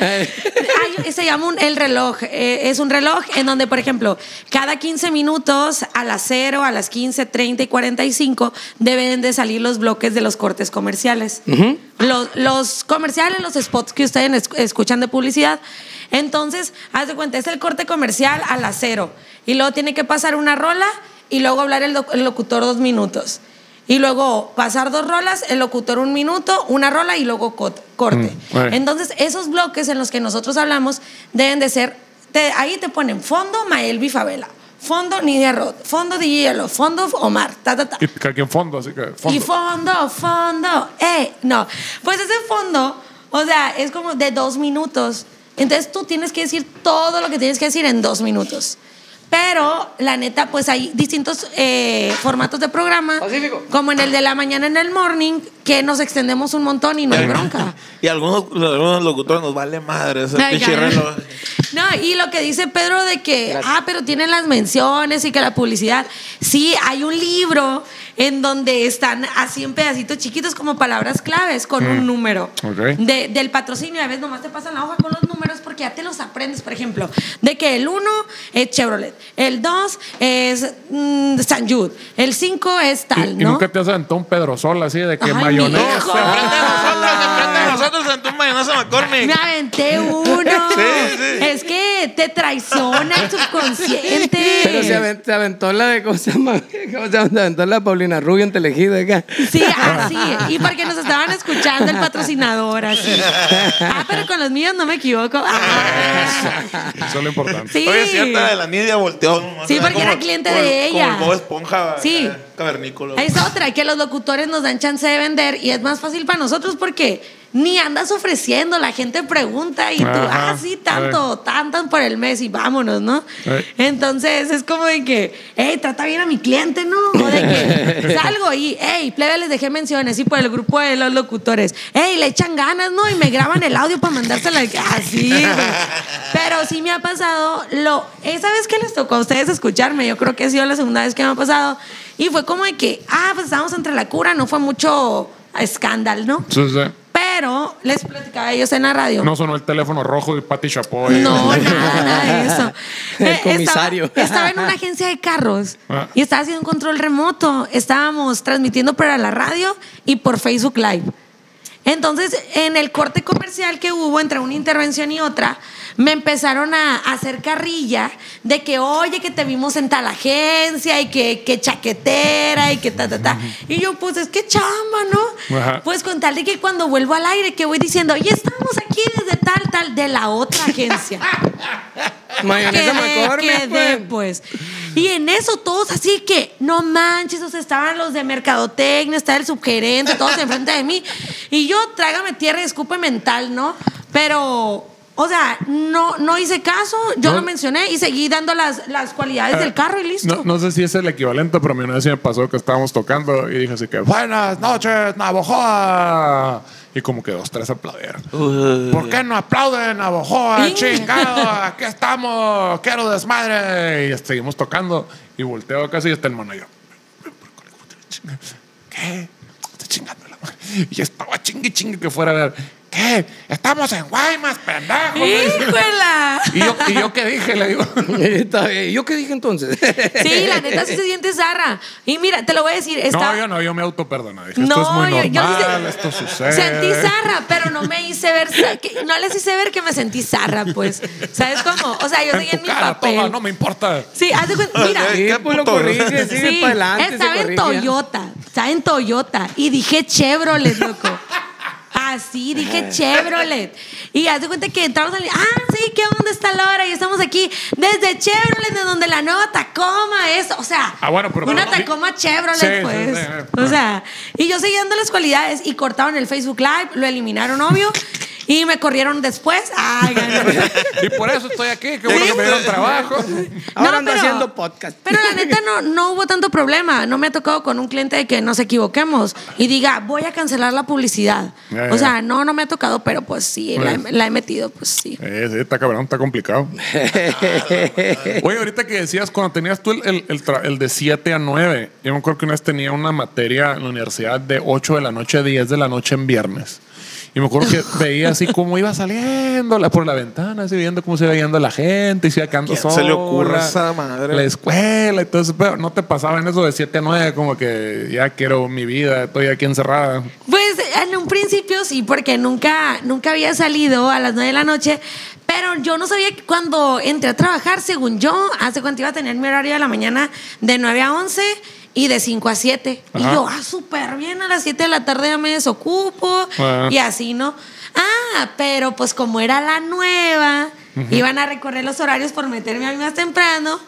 Eh. Hay- se llama un- el reloj. Eh, es un reloj en donde, por ejemplo, cada 15 minutos, a las 0, a las 15, 30 y 45, deben de salir los bloques de los cortes comerciales. los, los comerciales, los spots que ustedes esc- escuchan de publicidad. Entonces, haz de cuenta, es el corte comercial a las 0. Y luego tiene que pasar una rola y luego hablar el, doc- el locutor dos minutos. Y luego pasar dos rolas, el locutor un minuto, una rola y luego cot- corte. Mm, órale. Entonces, esos bloques en los que nosotros hablamos deben de ser, te- ahí te ponen fondo Maelvi Favela, fondo Nidia Roth, fondo de Hielo, fondo Omar, ta, ta, ta. Y que aquí en fondo, así que. Fondo. Y fondo, fondo, eh, no. Pues ese fondo, o sea, es como de dos minutos. Entonces tú tienes que decir todo lo que tienes que decir en dos minutos. Pero la neta, pues hay distintos eh, formatos de programa, Pacífico. como en el de la mañana en el morning, que nos extendemos un montón y no hay bronca. Y algunos, algunos locutores nos vale madre ese Ay, pinche caray. reloj. No, y lo que dice Pedro de que, ah, pero tienen las menciones y que la publicidad. Sí, hay un libro en donde están así en pedacitos chiquitos como palabras claves con un número Mm. Ok. de- del patrocinio. A veces nomás te pasan la hoja con los números porque ya te los aprendes, por ejemplo, de que el 1 es Chevrolet, el 2 es mm, San Jude, el 5 es Y, tal, y ¿no? nunca te has aventado un pedrosola así de que Ay, mi mayonesa. hijo. Se prende a nosotros, Ah. se prende a Ay. nosotros en tu mayonesa McCormick. Me aventé uno. Sí, sí. Es que te traiciona el subconsciente. Pero se aventó, se aventó la de, ¿cómo se llama? ¿Cómo se llama? Se aventó la Paulina Rubio en Telejida acá. Sí, así. Y porque nos estaban escuchando el patrocinador, así. Ah, pero con los míos no me equivoco. Ah. Eso es lo importante. Sí. Oye, si hasta la Nidia volteó. ¿no? Sí, O sea, porque era cliente de como- ella. Como Bob esponja Sí. eh, cavernícola. Es otra, que los locutores nos dan chance de vender y es más fácil para nosotros porque ni andas ofreciendo, la gente pregunta y tú, Ajá. ah, sí, tanto, tanto por el mes y vámonos, ¿no? Eh. Entonces es como de que, hey, trata bien a mi cliente, ¿no? O de que salgo y, hey, plebe, les dejé menciones y por el grupo de los locutores, hey, le echan ganas, ¿no? Y me graban el audio para mandársela así, güey. Pero sí me ha pasado, lo, esa vez que les tocó a ustedes escucharme, yo creo que ha sido la segunda vez que me ha pasado, y fue como de que, ah, pues estábamos entre la cura, no fue mucho escándalo, ¿no? Sí, sí. Pero les platicaba a ellos en la radio. No sonó el teléfono rojo y Pati Chapoy. No, nada, nada de eso. El Eh, estaba- comisario. Estaba, en una agencia de carros Ah. y estaba haciendo un control remoto. Estábamos transmitiendo para la radio y por Facebook Live. Entonces, en el corte comercial que hubo entre una intervención y otra, me empezaron a a hacer carrilla de que, oye, que te vimos en tal agencia y que, que chaquetera y que ta, ta, ta. Y yo, pues es que chamba, ¿no? Ajá. Pues con tal de que cuando vuelvo al aire, que voy diciendo, oye, estamos aquí desde tal, tal, de la otra agencia. Mayonesa Quedé, McCormick, quedé, pues. pues. Y en eso todos así que, no manches, o sea, estaban los de mercadotecnia, estaba el subgerente, todos enfrente de mí. Y yo, trágame tierra y escupe mental, ¿no? Pero, o sea, no, no hice caso, No. yo Ah, lo mencioné y seguí dando las, las cualidades del carro y listo. No, no sé si es el equivalente, pero a mí una vez sí me pasó que estábamos tocando y dije así que, buenas noches, Navojoa. Y como que dos, tres aplaudieron. ¿Por qué no aplauden, Navojoa? Ing. Chingado, aquí estamos, quiero desmadre. Y seguimos tocando. Y volteo casi y está el mono y yo. ¿Qué? Está chingando la madre. Y estaba chingue, chingue que fuera a ver. ¿Qué? Estamos en Guaymas, pendejo. ¡Híjole! Y yo, y yo qué dije, le digo. Está bien. pues. ¿Y ¿Yo qué dije entonces? Sí, la neta sí se siente zarra. Y mira, te lo voy a decir. Estaba, No, yo no, yo me autoperdoné. Dije, No, esto es muy yo- normal, yo sí se- esto sucede. Sentí zarra, pero no me hice ver, sa- que- no les hice ver que me sentí zarra, pues. ¿Sabes cómo? O sea, yo seguí en en tu mi cara, papel. toma, no me importa. Sí, haz de cuenta, mira. Ay, Sí, qué pues lo puto, corrige, ¿verdad? sigue para adelante. estaba en eh, Toyota, estaba en Toyota y dije Chevrolet, loco. Así, dije Chevrolet. Y haz de cuenta que entramos al... Ah, sí, ¿qué onda está la hora? Y estamos aquí desde Chevrolet, de donde la nueva Tacoma es. O sea, Ah, bueno, pero- una pero- Tacoma Chevrolet, Sí, sí, pues. sí, eh, sí. O sea, y yo seguía dando las cualidades y cortaron el Facebook Live, lo eliminaron, obvio, y me corrieron después. Ay, ganó. Y por eso estoy aquí, que bueno que me dieron trabajo. Ahora ando haciendo podcast. Pero la neta no, no hubo tanto problema. No me ha tocado con un cliente de que nos equivoquemos y diga, voy a cancelar la publicidad. Ya, O ya. sea, no, no me ha tocado, pero pues sí, la, he- Pues. la he metido, pues sí. Eh, sí, está cabrón, está complicado. Oye, ahorita que decías, cuando tenías tú el, el- el tra- el de 7 a 9, yo me acuerdo que una vez tenía una materia en la universidad de 8 de la noche a 10 de la noche en viernes. Y me acuerdo que veía así cómo iba saliendo la- por la ventana, así viendo cómo se iba yendo la gente, y se iba quedando ¿Quién se le sola, ocurre esa madre? La escuela y todo eso, pero no te pasaba en eso de 7 a 9, como que ya quiero mi vida, estoy aquí encerrada. Pues en un principio sí, porque nunca, nunca había salido a las 9 de la noche, pero yo no sabía que cuando entré a trabajar, según yo, hace cuánto iba a tener mi horario de la mañana de 9 a 11 y de 5 a 7. Ajá. Y yo, ah, súper bien, a las 7 de la tarde ya me desocupo Ah. y así, ¿no? Ah, pero pues como era la nueva, iban a recorrer los horarios por meterme a mí más temprano.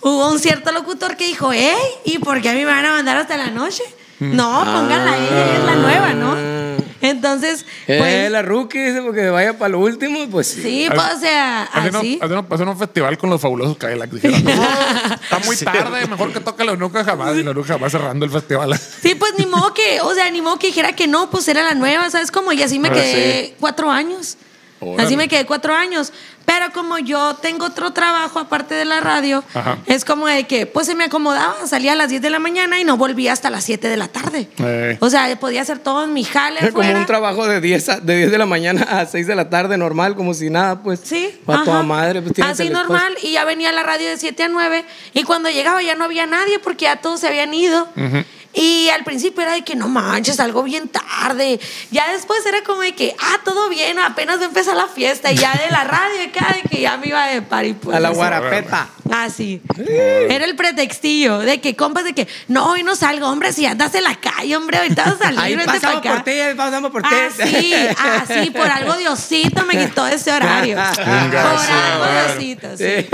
Hubo un cierto locutor que dijo, ¿eh? ¿Y por qué a mí me van a mandar hasta la noche? No, pónganla a ella, ella es la nueva, ¿no? Entonces, Eh, pues, la rookie dice porque vaya para lo último, pues sí. sí, pues, o sea, Ah, Hacer así. un, hacer un festival con los fabulosos Cadillac. Dijeron, no, está muy tarde, mejor que toque los nunca jamás. Y los nunca jamás cerrando el festival. Sí, pues ni modo que, o sea, ni modo que dijera que no, pues era la nueva, ¿sabes cómo? Y así me Ah, quedé cuatro años. Órale. Así me quedé cuatro años. Pero como yo tengo otro trabajo aparte de la radio, Ajá. es como de que, pues se me acomodaba, salía a las 10 de la mañana y no volvía hasta las 7 de la tarde. Ey. O sea, podía hacer todo en mi jale Es como afuera. un trabajo de 10, a- de 10 de la mañana a 6 de la tarde, normal, como si nada, pues. Sí. Va toda ajá. madre, pues tienes Así el espacio. normal. Y ya venía la radio de 7 a 9. Y cuando llegaba ya no había nadie porque ya todos se habían ido. Y al principio era de que no manches, algo bien tarde. Ya después era como de que, ah, todo bien, apenas empezó la fiesta. Y ya de la radio, y cada de que ya me iba de party. Pues, A la así. guarapeta. Ah, sí. Era el pretextillo de que compas de que no, hoy no salgo, hombre, si andas en la calle, hombre, ahorita vas a salir, Ahí vente pa' pasamos acá. por ti, ahí pasamos por ti. Así, así, ah, por algo Diosito me quitó ese horario. por algo Diosito, sí.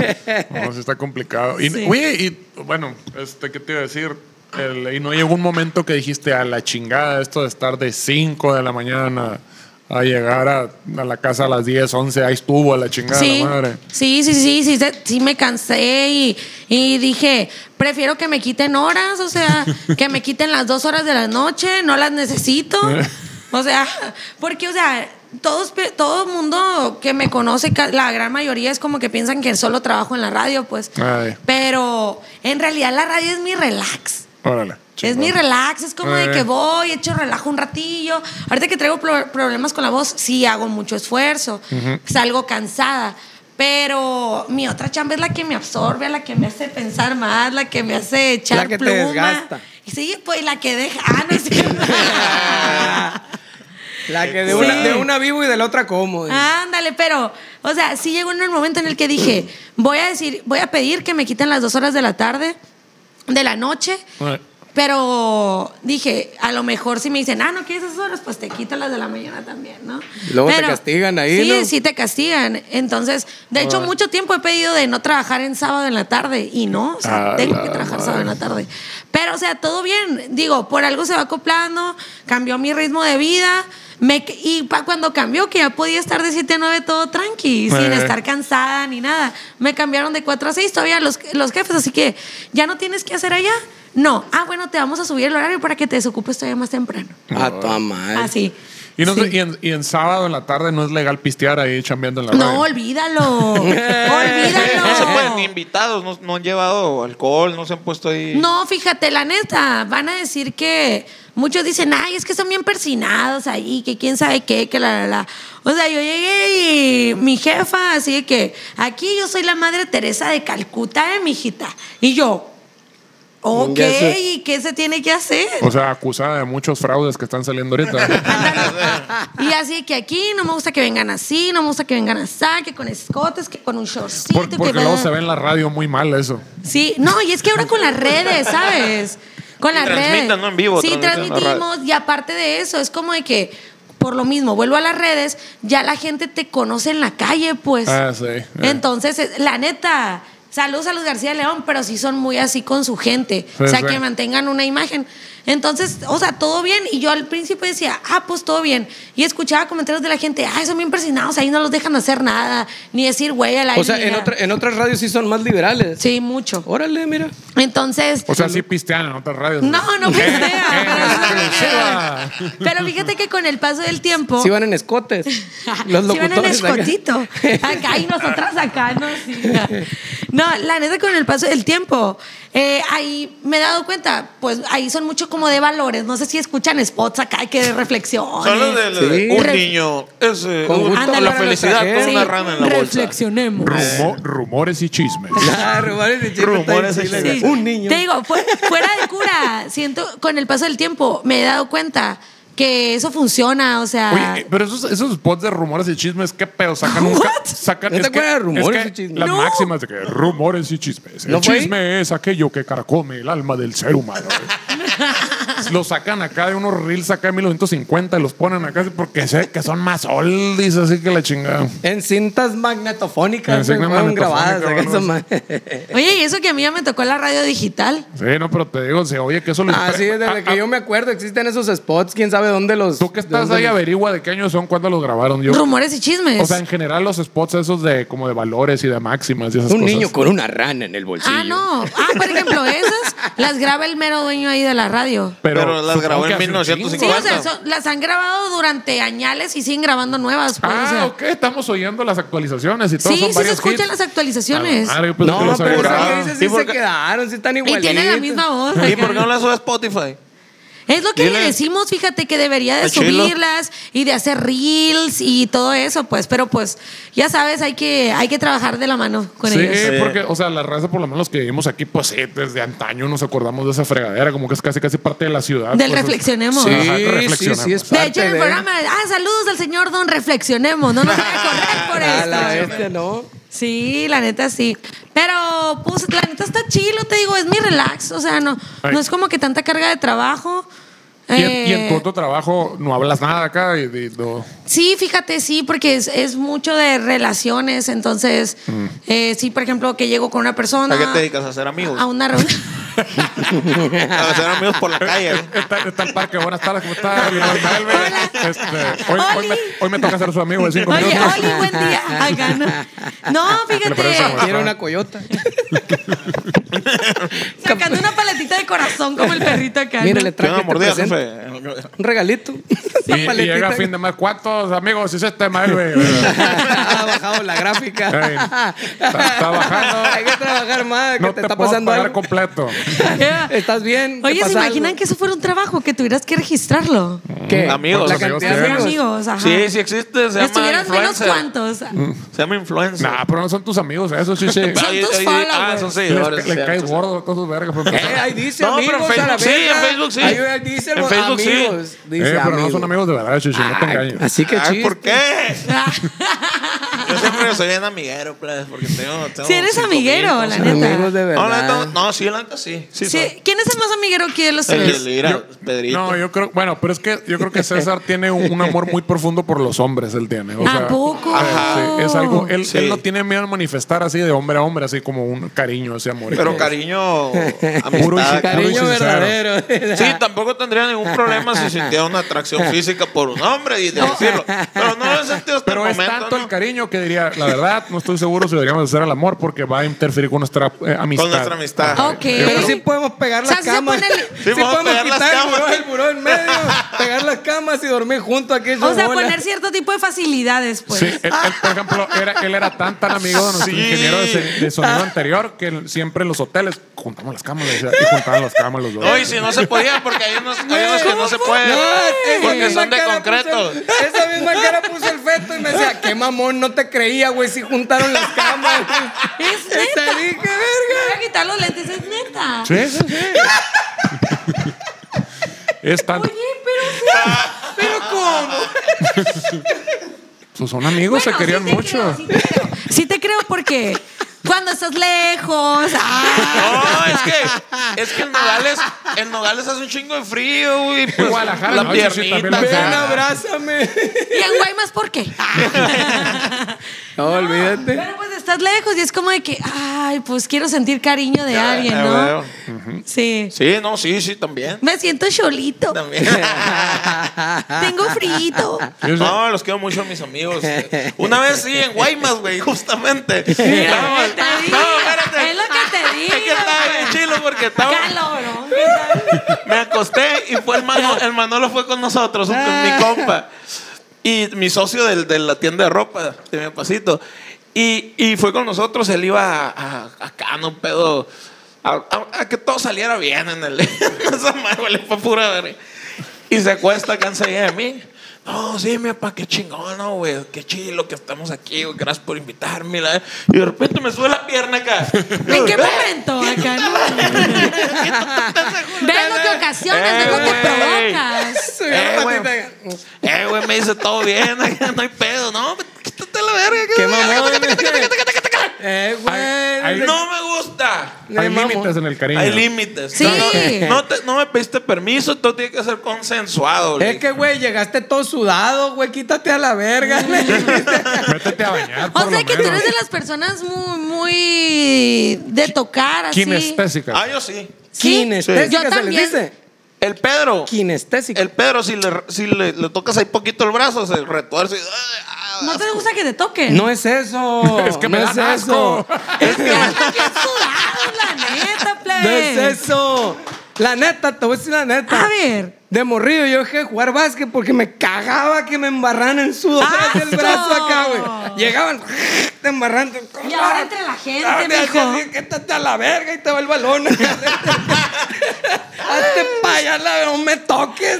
No, sí está complicado. Y, Sí. Oye, y bueno, este, ¿qué te iba a decir? El- y no llegó un momento que dijiste a la chingada esto de estar de 5 de la mañana a llegar a, a la casa a las 10, 11. Ahí estuvo a la chingada Sí, la madre. sí, sí, sí, sí, se- sí me cansé y, y dije, prefiero que me quiten horas, o sea, que me quiten las dos horas de la noche, no las necesito. O sea, porque, o sea, todos, pe- todo el mundo que me conoce, ca- la gran mayoría es como que piensan que solo trabajo en la radio, pues. Ay. Pero en realidad la radio es mi relax. Órale. Es chingón. mi relax, es como de Eh. que voy, echo relajo un ratillo. Ahorita que traigo pro- problemas con la voz, sí hago mucho esfuerzo, salgo cansada, pero mi otra chamba es la que me absorbe, la que me hace pensar más, la que me hace echar La que te pluma. desgasta. Sí, pues la que deja, ah, no es cierto. La que de, una, Sí. Ah. de una vivo y de la otra como. dice. Ándale, pero, o sea, sí llegó un momento en el que dije, voy a decir, voy a pedir que me quiten las dos horas de la tarde, de la noche, pero dije, a lo mejor si me dicen, ah, no quieres esas horas, pues te quito las de la mañana también, ¿no? Luego te castigan ahí, Sí, ¿no? Ah. sí te castigan. Entonces, de hecho, mucho tiempo he pedido de no trabajar en sábado en la tarde y no, o Ah, sea, A tengo la que trabajar sábado en la tarde. Pero, o sea, todo bien. Digo, por algo se va acoplando, cambió mi ritmo de vida. Me, y pa cuando cambió, que ya podía estar de 7 a 9 todo tranqui, sin Eh. estar cansada ni nada. Me cambiaron de 4 a 6 todavía los, los jefes, así que ya no tienes que hacer allá. No, ah, bueno, te vamos a subir el horario para que te desocupes todavía más temprano. A tu madre. Así. Y, no sé, Sí. y, en, y en sábado en la tarde no es legal pistear ahí chambeando en la No, radio. olvídalo. olvídalo. No se pueden ni invitados, no, no han llevado alcohol, no se han puesto ahí. No, fíjate, la neta, van a decir que muchos dicen, ay, es que son bien persinados ahí, que quién sabe qué, que la, la, la. O sea, yo llegué y mi jefa, así de que aquí yo soy la madre Teresa de Calcuta, eh, mijita. Y yo, ok, Ya sé. ¿y qué se tiene que hacer? O sea, acusada de muchos fraudes que están saliendo ahorita. Y así de que aquí no me gusta que vengan así, no me gusta que vengan así, que con escotes, que con un shortcito. Por- que porque bla, luego bla". se ve en la radio muy mal eso. Sí, no, y es que ahora con las redes, ¿sabes? Con las transmiten, redes. ¿no? En vivo, Sí, transmiten en la transmitimos. Y aparte de eso, es como de que, por lo mismo, vuelvo a las redes, ya la gente te conoce en la calle, pues. Ah, sí. eh. Entonces, es- la neta, saludos a los García León, pero sí son muy así con su gente. Sí, o sea, sí. que mantengan una imagen. Entonces, o sea, todo bien. Y yo al principio decía, ah, pues todo bien. Y escuchaba comentarios de la gente, ah, son bien presionados, ahí no los dejan hacer nada, ni decir güey al aire. O sea, ni en, nada". otra- en otras radios sí son más liberales. Sí, mucho. Órale, mira. Entonces. o sea, sí pistean en otras radios. No, no Eh, pistea. eh, exclusiva. Pero fíjate que con el paso del tiempo. Sí van en escotes. Los Sí van en locutores acá. escotito. Acá y nosotras acá, ¿no? Sí. No, la neta, con el paso del tiempo, eh, ahí me he dado cuenta, pues ahí son mucho como de valores. No sé si escuchan spots acá que de reflexión. Son los de, Sí. un Re- niño, ese, Con un- gusto la para felicidad nuestra con una gente. rana en la bolsa. Reflexionemos. Rumo- rumores y chismes. Ah, rumores de chisme está Rumores en de Chile. chisme. Sí. Un niño. Te digo, fu- fuera de cura, siento, con el paso del tiempo me he dado cuenta que eso funciona, o sea. Oye, eh, pero esos, esos spots de rumores y chismes, ¿qué pedo? Sacan un. ca- What? Sacan, ¿No te es que- acuerdas de rumores es que y chismes? Las No. máximas de que rumores y chismes. El ¿No fue ahí? chisme es aquello que carcome el alma del ser humano. lo sacan acá de unos reels acá de 1950 y los ponen acá porque sé que son más oldies, así que la chingada. En cintas magnetofónicas. En cintas güey, fueron magnetofónicas, grabadas. acá bueno, esa sí. madre. Oye, y eso que a mí ya me tocó la radio digital. Sí, no, pero te digo, se oye que eso les. Así es, desde que yo me acuerdo existen esos spots. Quién sabe dónde los. Tú que estás dónde ahí, los- averigua de qué año son, cuándo los grabaron. Yo, Rumores y chismes. o sea, en general, los spots esos de como de valores y de máximas y esas Un cosas. niño con una rana en el bolsillo. ah, no. Ah, por ejemplo, esas las graba el mero dueño ahí de la radio. Pero, las supongo grabó que en hace un chingo. 1950. Sí, o sea, son- las han grabado durante añales y siguen grabando nuevas. pues, Ah, o sea. ok, estamos oyendo las actualizaciones y todo. Sí, son sí se varios escuchan hits. las actualizaciones. A Ah, la madre, yo pensé que No, los pero había esa asegurado. que grabado. dices ¿Y sí por se qué- quedaron, sí están Y igualitos. tienen la misma voz. ¿Y acá. por qué no la sube a Spotify? Es lo que Dile. le decimos, fíjate, que debería de Al chilo. subirlas y de hacer reels y todo eso, pues. Pero pues, ya sabes, hay que, hay que trabajar de la mano con Sí, ellos. porque, o sea, la raza, por lo menos los que vivimos aquí, pues sí, desde antaño nos acordamos de esa fregadera, como que es casi casi parte de la ciudad. pues, Del es- reflexionemos. Ajá, Sí, reflexionemos. sí, sí, es De hecho, en el parte de- programa, ah, saludos al señor Don Reflexionemos, no nos voy a correr por A la esto. bestia, ¿no? Sí, la neta sí. Pero, pues, la neta está chilo, te digo, es mi relax, o sea, no, Ay. no es como que tanta carga de trabajo. Y, en, Eh, y en tu otro trabajo no hablas nada acá. Y, y no- Sí, fíjate, sí, porque es, es mucho de relaciones, entonces, Mm. eh, sí, por ejemplo, que llego con una persona. ¿A qué te dedicas? ¿A ser amigos? A una reunión. A hacer amigos por la calle. ¿eh? está, está el parque, buenas tardes, ¿cómo estás? Bien, Calvin. Hola. Este, hoy, hoy Oli. me, hoy me toca ser su amigo de cinco Oye, minutos. Oli, buen día. Acá, no. No, Le parece fíjate. bueno. Quiero una coyota. Sacando una paletita de corazón como el perrito acá. Mira, ¿no? le Yo traje no te mordía, presento jefe. un regalito. Y, y llega fin de mes, ¿cuántos amigos este hiciste, Maelve? ha bajado la gráfica. Ey, está- está bajando. Hay que trabajar más, que No te, te, está puedo pasando pagar algo. completo. ¿Estás bien? ¿Te Oye, ¿se pasa imaginan algo? que eso fuera un trabajo? Que tuvieras que registrarlo. ¿Qué? Amigos. La Amigos, cantidad de sí. Ser amigos. amigos, ajá. Sí, sí existe. Se llama Estuvieras menos influencer. Mm. cuantos. Son Se llama influencer. Nah, pero no son tus amigos, ¿eh? eso sí, sí. Ah, tus ah, ah, followers. son Le, seguidores. le cierto, cae cierto. gordo a todos sus vergas. pues, Eh, ahí dice No, pero en amigos a la Facebook sí, en verga. Facebook sí. Ahí él dice En los Facebook sí. amigos. Dice Eh, pero no son amigos. amigos de verdad, Chucho, no te Ay, engañes. Así que Ay, chiste. ¿por qué? Yo siempre soy bien amiguero, pues, porque tengo. tengo Si eres cinco amiguero, mil, la no sé. neta. Amigos de No, la verdad. neta, no, sí, la neta sí. Sí, Sí, soy. ¿Quién es el más amiguero aquí de los El tres? de- mira, Yo- Pedrito. No, yo creo, bueno, pero es que yo creo que César tiene un, un amor muy profundo por los hombres, él tiene. O sea, ¿A poco? eh, sí, es algo, él, Sí. él no tiene miedo a manifestar así de hombre a hombre, así como un cariño, ese amor. Pero cariño. Puro y amistad, sin- puro y Cariño sincero. verdadero. Sí, tampoco tendría ningún problema si sintiera una atracción física por un hombre y de decirlo. Pero no lo he sentido hasta Pero el es momento. tanto ¿no? el cariño que diría, la verdad, no estoy seguro si deberíamos hacer el amor porque va a interferir con nuestra eh, amistad. Con nuestra amistad. Ah, Ok. Pero sí podemos pegar las ¿Sabes? Se camas. pone el- Sí, Sí, podemos podemos pegar las quitar el buró, camas. el buró en medio, pegar las camas y dormir juntos aquí. O sea, bola. poner cierto tipo de facilidades, pues. Sí, él, él, por ejemplo, era- él era tan tan amigo de nuestro Sí. ingeniero de, se- de sonido anterior que él siempre en los hoteles juntamos las cámaras y juntaban las cámaras los dos. No, y si no se podía, porque hay unos, hay unos que no se pueden. No, esa porque misma son de cara concreto. puso el- esa misma cara puso el feto y me decía, qué mamón, no te creía, güey, si juntaron las camas. Es Te neta. dije, Me Voy a verga. quitar los lentes, es neta. Sí, sí, sí. es tan, Oye, pero sí. Pero ¿cómo? pues son amigos, Bueno, se querían sí te mucho. creo, sí, te creo. Sí te creo porque cuando estás lejos. ah. No, es que, es que en Nogales, en Nogales hace un chingo de frío, güey. Pues, Guadalajara, la no, sí, sí, también la- piernita. Ven, acá. abrázame. Y en Guaymas, ¿por qué? Ah. No, olvídate. Pero pues estás lejos y es como de que, ay, pues quiero sentir cariño de Ya, alguien, ya ¿no? veo. Sí. Sí, no, sí, sí, también. Me siento cholito. También. Tengo frito. Sí, sí. No, los quiero mucho a mis amigos. Una vez sí, en Guaymas, güey, justamente. Estábamos- te digo, no, espérate. es lo que te digo, Es que estaba pues. bien chilo porque estaba. Calorón. ¿qué tal? Me acosté y fue el Manolo, el Manolo fue con nosotros, un- mi compa. Y mi socio del- de la tienda de ropa, de mi pasito. Y, y fue con nosotros, él iba a, a- acá, no pedo, a, a- a que todo saliera bien en el... en esa madre, le fue pura verga. Y se acuesta acá enseguida de mí. No, sí, mi papá, qué chingón, no, güey. Qué chilo que estamos aquí, güey. Gracias por invitarme. la- Y de repente me sube la pierna acá. ¿En qué momento acá? no? Ves lo que ocasionas, ves lo que Eh, güey. provocas. Subió la Eh, güey. patita. Eh, güey, me dice todo bien, no hay pedo, no, quítate la verga. Qué mamón. Eh, Ay, güey. ay, No me gusta. Hay mamón. límites en el cariño. Hay límites. Sí. No, no, no te- no me pediste permiso, todo tiene que ser consensuado. Es que, güey, llegaste todo sudado, güey. Quítate a la verga. le dijiste. Métete a bañar. O por sea lo que tú menos. eres de las personas muy, muy de tocar así. Kinestésica. Ah, yo sí. Sí, Kinestésica yo se les también. dice. El Pedro. Kinestésica. El Pedro, si le, si le, le tocas ahí poquito el brazo, se retuerce. y- ah, ¿No te gusta que te toquen? No es eso. Es que me no dan es eso. asco. es que andan bien sudados, la neta, plebe. No es eso. La neta, te voy a decir la neta. A ver. De morrido yo dejé de jugar básquet porque me cagaba que me embarraran en sudor del ¡Asco! brazo acá, güey. Llegaban, te embarran. Ah, Y ahora entre la gente, mijo. Quédate a la verga y te va el balón. Hazte pa' allá, la- no me toques.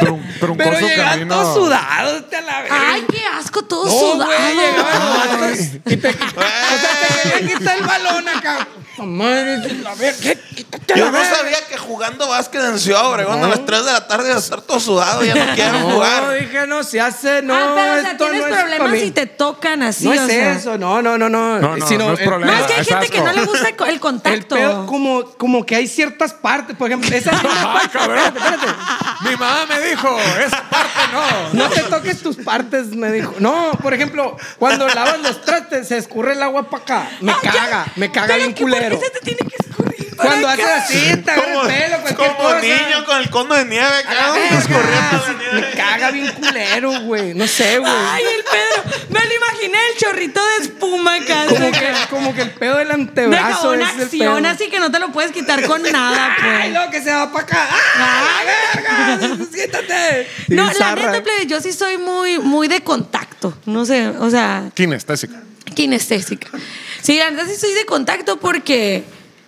Trun- truncoso Pero llegaban camino. todos sudados, te a la verga. Ay, qué asco, todo No, sudado. güey, llegaban los vatos y te, o sea, te querían quitar el balón acá. ¡Oh, madre, la verga, ¿qué? Quítate a Yo la no verga. sabía que jugando básquet en Ciudad Obregón a las 3 de la tarde iba a estar todo sudado, ya no quiero No, jugar. dije, no se hace, no, ah, pero, o sea, esto tienes no es pa' problemas mí. si te tocan así, No o es sea. eso, no, no, no, no. No, no, no es el- No, problema. es que hay Es gente que asco. no le gusta el, co- el El contacto. pedo, como, como que hay ciertas partes, por ejemplo, esa Ay, cabrón. Mi mamá me dijo, esa parte no. No te toques tus partes, me dijo. No, por ejemplo, cuando lavas los trastes, se escurre el agua para acá. Me Ay, Ah, ya- caga, me caga pero bien que ¿por qué culero. se te tiene que escurrir para Cuando acá? haces así, te agarra el pelo, cualquier Como cosa. niño con el cono de nieve, A la cabrón, verga, escurriendo la sí, nieve. Me caga bien culero, güey. No sé, güey. Ay, el Pedro. Me lo imaginé el chorrito de espuma acá. Como de- que, como que el pedo del de antebrazo jabón es el pedo. acción, así que no te lo puedes quitar con nada, Ay, pues. lo que se va para acá. ¡Ah, la verga! ¡Siéntate! No, la Bizarra. eh. neta, plebe, yo sí soy muy, muy de contacto. No sé, o sea, Kinestésica. kinestésica. Sí, la neta sí soy de contacto porque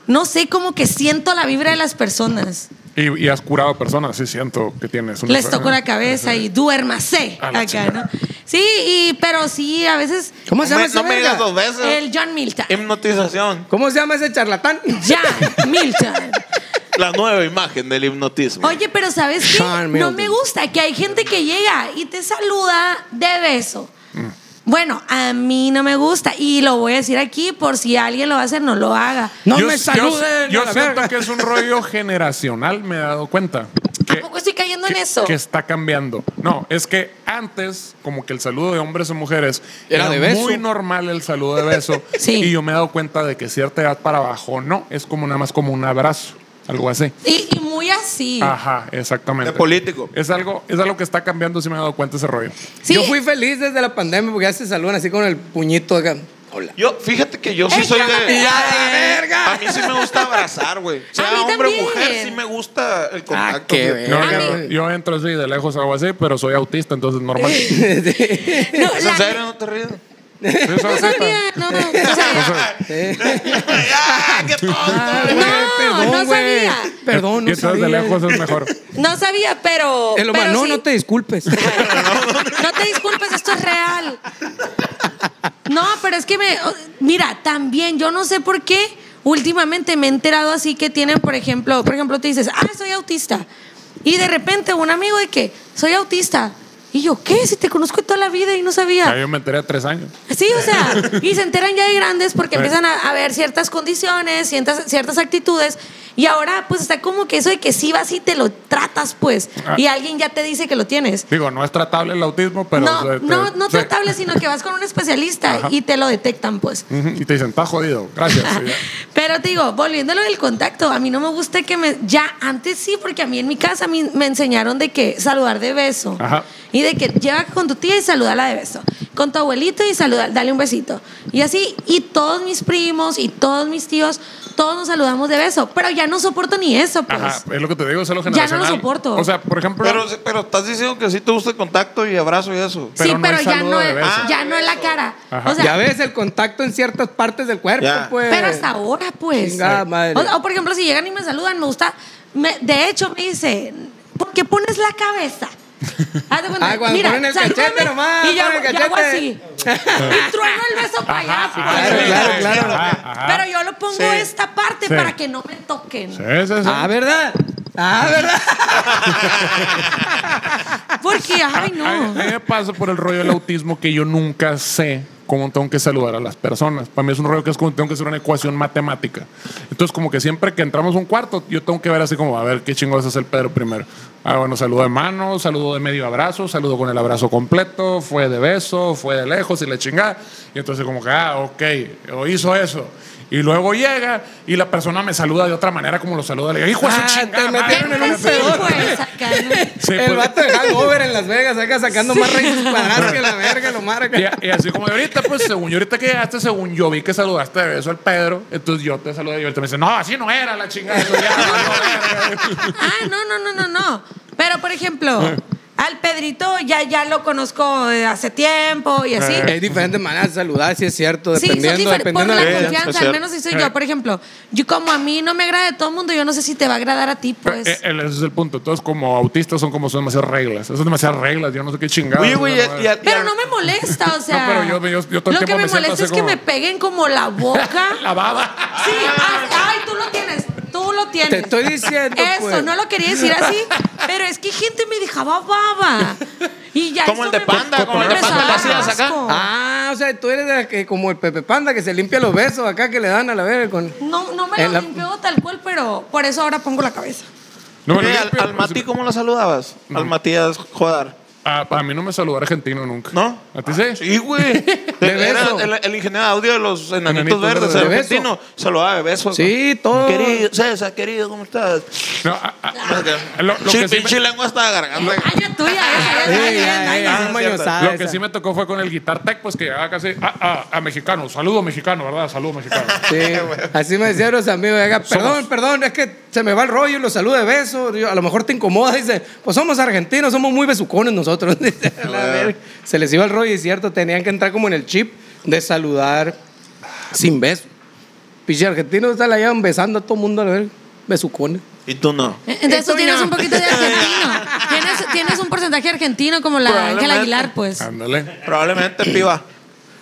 no sé, como que siento la vibra de las personas. Y, y has curado personas, sí siento que tienes. una- Les toco la cabeza y duérmase A la acá, chingada. ¿no? Sí, y, pero sí, a veces ¿Cómo se No llama me, ese no me verga? digas dos veces. Em- el John Milton. Hipnotización. ¿Cómo se llama ese charlatán? John Milton. La nueva imagen del hipnotismo. Oye, pero ¿sabes qué? Sean No Middleton. me gusta que hay gente que llega y te saluda de beso. Bueno, a mí no me gusta y lo voy a decir aquí por si alguien lo va a hacer, no lo haga. No yo, me yo- saluden. Yo, a la siento verga. que es un rollo generacional, me he dado cuenta. Que, Tampoco estoy cayendo en eso. que está cambiando. No, es que antes, como que el saludo de hombres o mujeres Era de beso. muy normal el saludo de beso. Sí. Y yo me he dado cuenta de que cierta edad para abajo no, es como nada más como un abrazo, algo así. Y, y muy así. Ajá, exactamente. De político. Es algo, es algo que está cambiando, si me he dado cuenta ese rollo. Sí. Yo fui feliz desde la pandemia porque ya se saludan así con el puñito acá. Hola. Yo, fíjate que yo sí ¡Ey, soy cálmate! de. ¡Y a la verga! A mí sí me gusta abrazar, güey. A Sea mí hombre o también. mujer, sí me gusta el Ah, contacto. qué güey. No, A yo, mí- yo entro así de lejos algo así, pero soy autista, entonces normal. No, ¿Es la- en serio? ¿No te ríes? Sí, soy no autista. sabía, no, no, no No sabía. soy- ¡Ah, qué tonto! No, Perdón, no güey. sabía. Perdón, no Y entonces sabía. de lejos es mejor. No sabía, pero. El Omar, pero no, sí. no te disculpes. No te disculpes, esto es real. No, pero es que me. o- Mira, también, yo no sé por qué últimamente me he enterado así que tienen, por ejemplo, por ejemplo, te dices, ah, soy autista. Y de repente un amigo de que, soy autista. Y yo, ¿qué? Si te conozco toda la vida y no sabía. Ya yo me enteré a tres años. Sí, o sea, y se enteran ya de grandes porque empiezan a, a ver ciertas condiciones, ciertas, ciertas actitudes. Y ahora, pues está como que eso de que sí vas y te lo tratas, pues. Ah. Y alguien ya te dice que lo tienes. Digo, no es tratable el autismo, pero. no, se- te- no, no se- tratable, sino que vas con un especialista pues, este, Ajá. y te lo detectan, pues. Ujú, Y te dicen, está jodido, gracias. Y ya. Pero te digo, volviéndolo del contacto, a mí no me gusta que me. Ya antes sí, porque a mí en mi casa a mí me enseñaron de que saludar de beso. Ajá. Y de que lleva con tu tía y salúdala de beso. Con tu abuelito y saluda, dale un besito. Y así, y todos mis primos y todos mis tíos, todos nos saludamos de beso. Pero ya no soporto ni eso, pues. Ajá, es lo que te digo, es algo Ya no lo generacional. soporto. O sea, por ejemplo. Pero, pero estás diciendo que sí te gusta el contacto y abrazo y eso. sí, pero no pero hay ya saludo no, de beso. ya no en la cara. Ajá. O sea, ya ves el contacto en ciertas partes del cuerpo, Ya. pues. Pero hasta ahora, pues. Chingada madre. O, o, por ejemplo, si llegan y me saludan, me gusta. me- de hecho, me dice, ¿por qué pones la cabeza? Haz de cuenta, Ah, cuando ponen el salúdame, cachete nomás, Y yo, ponen el yo hago cachete. Ah, así. y trueno el beso para allá. claro, pues. claro, Ah, claro. Ajá, ajá. Pero yo lo pongo Sí. esta parte Sí. para que no me toquen. Sí, sí, sí. Ah, ¿verdad? Ah, ¿verdad? Porque, ay, no. A mí- a mí me pasa por el rollo del autismo que yo nunca sé cómo tengo que saludar a las personas. Para mí es un rollo que es como tengo que hacer una ecuación matemática. Entonces, como que siempre que entramos a un cuarto, yo tengo que ver así como, a ver, qué chingados es el Pedro primero. Ah, bueno, saludo de mano, saludo de medio abrazo, saludo con el abrazo completo, fue de beso, fue de lejos y la chingada. Y entonces como que, ah, ok, o hizo eso. Y luego llega y la persona me saluda de otra manera como lo saluda. Le digo, hijo de su Ah, chingada te madre". ¿Qué metieron en tal un si, pedote. pues, acá, no? Sí, el pues. vato de Hangover en Las Vegas, acá sacando más raíces cuadradas que la verga, lo marca. Y, y así como de ahorita, pues según yo, ahorita que llegaste, según yo vi que saludaste de beso al Pedro, entonces yo te saludé y ahorita me dice, no, así no era la chingada. eso ya valió verga". Ah, no, no, no, no, no. Pero, por ejemplo, al Pedrito ya, ya lo conozco de hace tiempo y así. Hay diferentes maneras de saludar, si es cierto, Sí, son dependiendo, diferentes. Por dependiendo la de la Sí, es confianza, cierto. al menos si soy yo, por ejemplo. Yo, como a mí no me agrada de todo el mundo, yo no sé si te va a agradar a ti, pues. Eh, eh, ese es el punto. Todos como autistas son como son demasiadas reglas. Son demasiadas reglas. Yo no sé qué chingada. Oye, güey, y al- y al- pero no me molesta, o sea. pero yo- yo- yo todo el lo que tiempo me, me siento molesta así es que como- me peguen como la boca. La baba. Sí, ah, ay, ay, tú lo tienes, tú lo tienes. Te estoy diciendo, Eso, pues. no lo quería decir así, pero es que gente me dejaba baba. Y ya Como el eso de me- Panda, como el de me Panda, daba lo hacías acá. asco. Ah, o sea, tú eres de la que, como el Pepe Panda que se limpia los besos acá que le dan a la verga con. No, no me lo En la- limpió tal cual, pero por eso ahora pongo la cabeza. No, me lo Oye, al, limpio, al pero pues, Mati, sí- ¿cómo lo saludabas? Al Matías Jodar. Ah, para mí no me saludó argentino nunca. ¿No? Ah, ¿A ti sí? Sí, güey. Era beso. el, el ingeniero de audio de los enanitos, Enanitos verdes, verdes. el De beso. argentino. Saludaba de besos. Sí, todo. Querido, César, querido, ¿cómo estás? No, ah, ah, lo, lo sí, que sí me- pinche lengua hasta la garganta. Ay, ya tuya, esa, ya Sí, está ay, bien, ay, ay, Ah, ya. es es mañosada Lo que esa. sí me tocó fue con el Guitar Tech, pues que llegaba casi ah, ah, a mexicano. Saludo mexicano, ¿verdad? Saludo mexicano. Sí, así me decían los amigos. oiga, perdón, Somos- perdón, es que se me va el rollo, lo saludo de beso. digo, a lo mejor te incomoda. Dice, pues somos argentinos, somos muy besucones nosotros. dice, a la verga. se les iba el rollo y es cierto, tenían que entrar como en el chip de saludar sin beso. Piche argentinos se la llevan besando a todo mundo, a la verga. Besucones. Y tú no. Entonces tú Toño. tienes un poquito de argentino. Tienes, tienes un porcentaje argentino como la Ángela Probablemente. Aguilar, pues. Ah. Ándale. Probablemente, piba.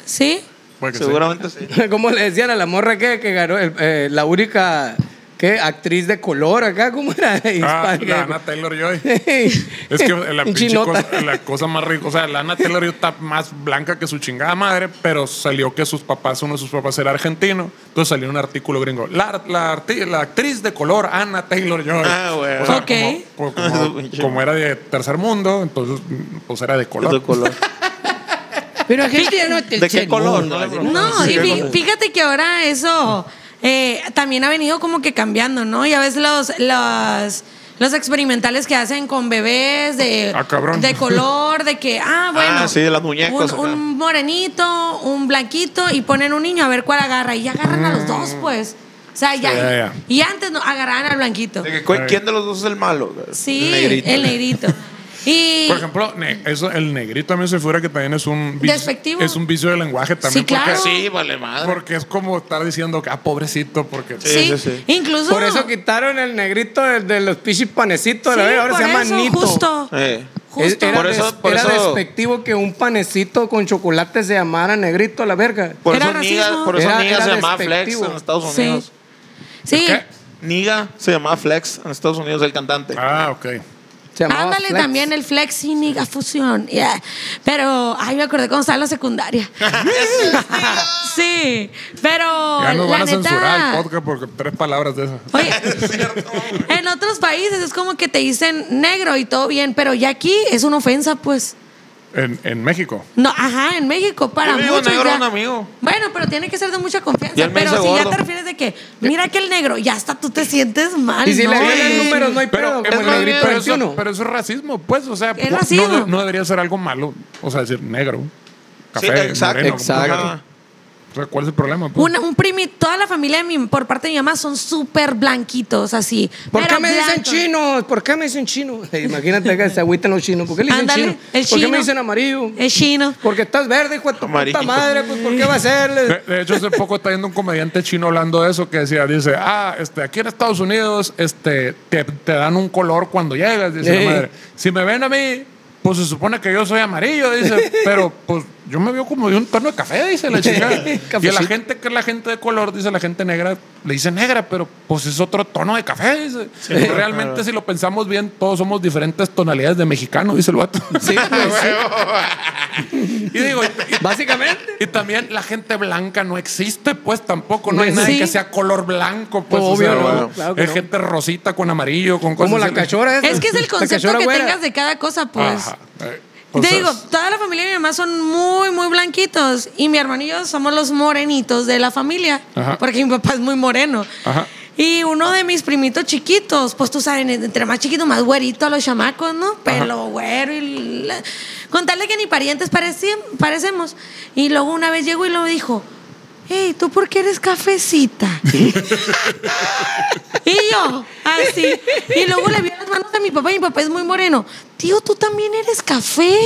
¿Sí? Puede que sí. Seguramente sí. Como le decían a la morra que, que ganó el- eh, la única ¿Qué? Actriz de color acá, ¿cómo era? Ah, Hispana. Lana Taylor Joy. Es es que la pinche cosa, la cosa más rica, o sea, Lana Taylor Joy está más blanca que su chingada madre, pero salió que sus papás, uno de sus papás era argentino, entonces salió un artículo gringo. La, la, arti- la actriz de color, Ana Taylor Joy. Ah, güey. O sea, Ok. como, como- como- como era de tercer mundo, entonces pues era de color. De color. Pero Argentina no es ¿De qué tercer color? mundo. No, y fí- fíjate que ahora eso eh, también ha venido como que cambiando, ¿no? Ya ves los, los, los experimentales que hacen con bebés de, Ah, cabrón. de color, de que, ah, bueno. Ah, sí, las muñecas Un, acá. un morenito, un blanquito y ponen un niño a ver cuál agarra. Y ya agarran a los dos, pues. O sea, ya. ya, ya. Y antes no, agarraban al blanquito. De que, cu- ¿Quién de los dos es el malo? Sí, El negrito. el negrito. Y. Por ejemplo, ne- eso, el negrito también se fuera que también es un vicio, Despectivo. es un vicio de lenguaje también. Sí, claro. Sí, vale madre. porque, porque es como estar diciendo que ah, pobrecito, porque sí, sí, sí. incluso. Por eso quitaron el negrito de, de los pichis panecitos, la Sí, verdad, ahora por se llama eso, Nito. Justo. Eh. Es- Justo. Era, Por eso- des- por era eso- despectivo que un panecito con chocolate se llamara negrito a la verga. Por Era eso Niga, racismo. por eso Era- Niga era se llamaba Flex despectivo. en Estados Sí. Unidos. Sí. ¿Qué? Niga se llamaba Flex en Estados Unidos, el cantante. Ah, ok. Se llamaba Ándale Flex. también el flex y niga fusión. yeah. Pero, ay, me acordé cuando estaba en la secundaria. sí, pero Ya nos la van a censurar el neta. podcast por tres palabras de esas. Oye, en otros países es como que te dicen negro y todo bien, pero ya aquí es una ofensa, pues. En, en México. No, ajá, en México para Yo le digo muchos negro a ya- un amigo. Bueno, pero tiene que ser de mucha Y confianza. él me Pero si dice ya gordo. te refieres de que, mira que el negro, ya hasta tú te sientes mal. Y si ¿no? le agregan el número, no hay pedo, es como el más bien- negrito pero eso, 21. pero eso es racismo, pues. O sea, Es pu- no racismo. de- No, debería ser algo malo. O sea, decir negro, Sí, café, exacto. moreno. exacto. Ajá. O sea, ¿cuál es el problema? pues? Una- un primi, toda la familia de mi, por parte de mi mamá son súper blanquitos, así. ¿Por Pero qué me dicen blancos. chinos? ¿Por qué me dicen chino? Imagínate que se agüiten los chinos. ¿Por qué le dicen Ándale, chino? el ¿Por qué me chino. dicen amarillo? Es chino. Porque estás verde, hijo de tu Amarillo. puta madre, pues ¿por qué va a De, serle? de hecho, hace poco está viendo un comediante chino hablando de eso que decía, dice, ah, este, aquí en Estados Unidos este, te, te dan un color cuando llegas, dice la Ey. madre. Si me ven a mí, pues se supone que yo soy amarillo, dice, pero pues yo me veo como de un tono de café, dice la chingada. y a la Cafecito. gente que es la gente de color, dice la gente negra, le dice negra, pero pues es otro tono de café, dice. Realmente, si lo pensamos bien, todos somos diferentes tonalidades de mexicano, dice el vato. Sí, pues, güey, sí. y digo, y- Básicamente. y también la gente blanca no existe, pues tampoco. No hay nadie Sí. que sea color blanco, pues. Obvio, o sea, no, bueno, claro que es no. gente rosita con amarillo, con cosas. Como la así. cachora esa. Es que es el La concepto cachora que güera. tengas de cada cosa, pues. Ajá. Eh, Te entonces, digo, toda la familia de mi mamá son muy, muy blanquitos. Y mi hermano y yo somos los morenitos de la familia. Ajá. Porque mi papá es muy moreno. Ajá. Y uno de mis primitos chiquitos, pues tú sabes, entre más chiquito, más güerito a los chamacos, ¿no? Pelo güero y. la- Con tal de que ni parientes parecien- parecemos. Y luego una vez llegó y lo dijo: Hey, ¿tú por qué eres cafecita? Y yo, así. Y luego le vi las manos a mi papá y mi papá es muy moreno. Tío, tú también eres café.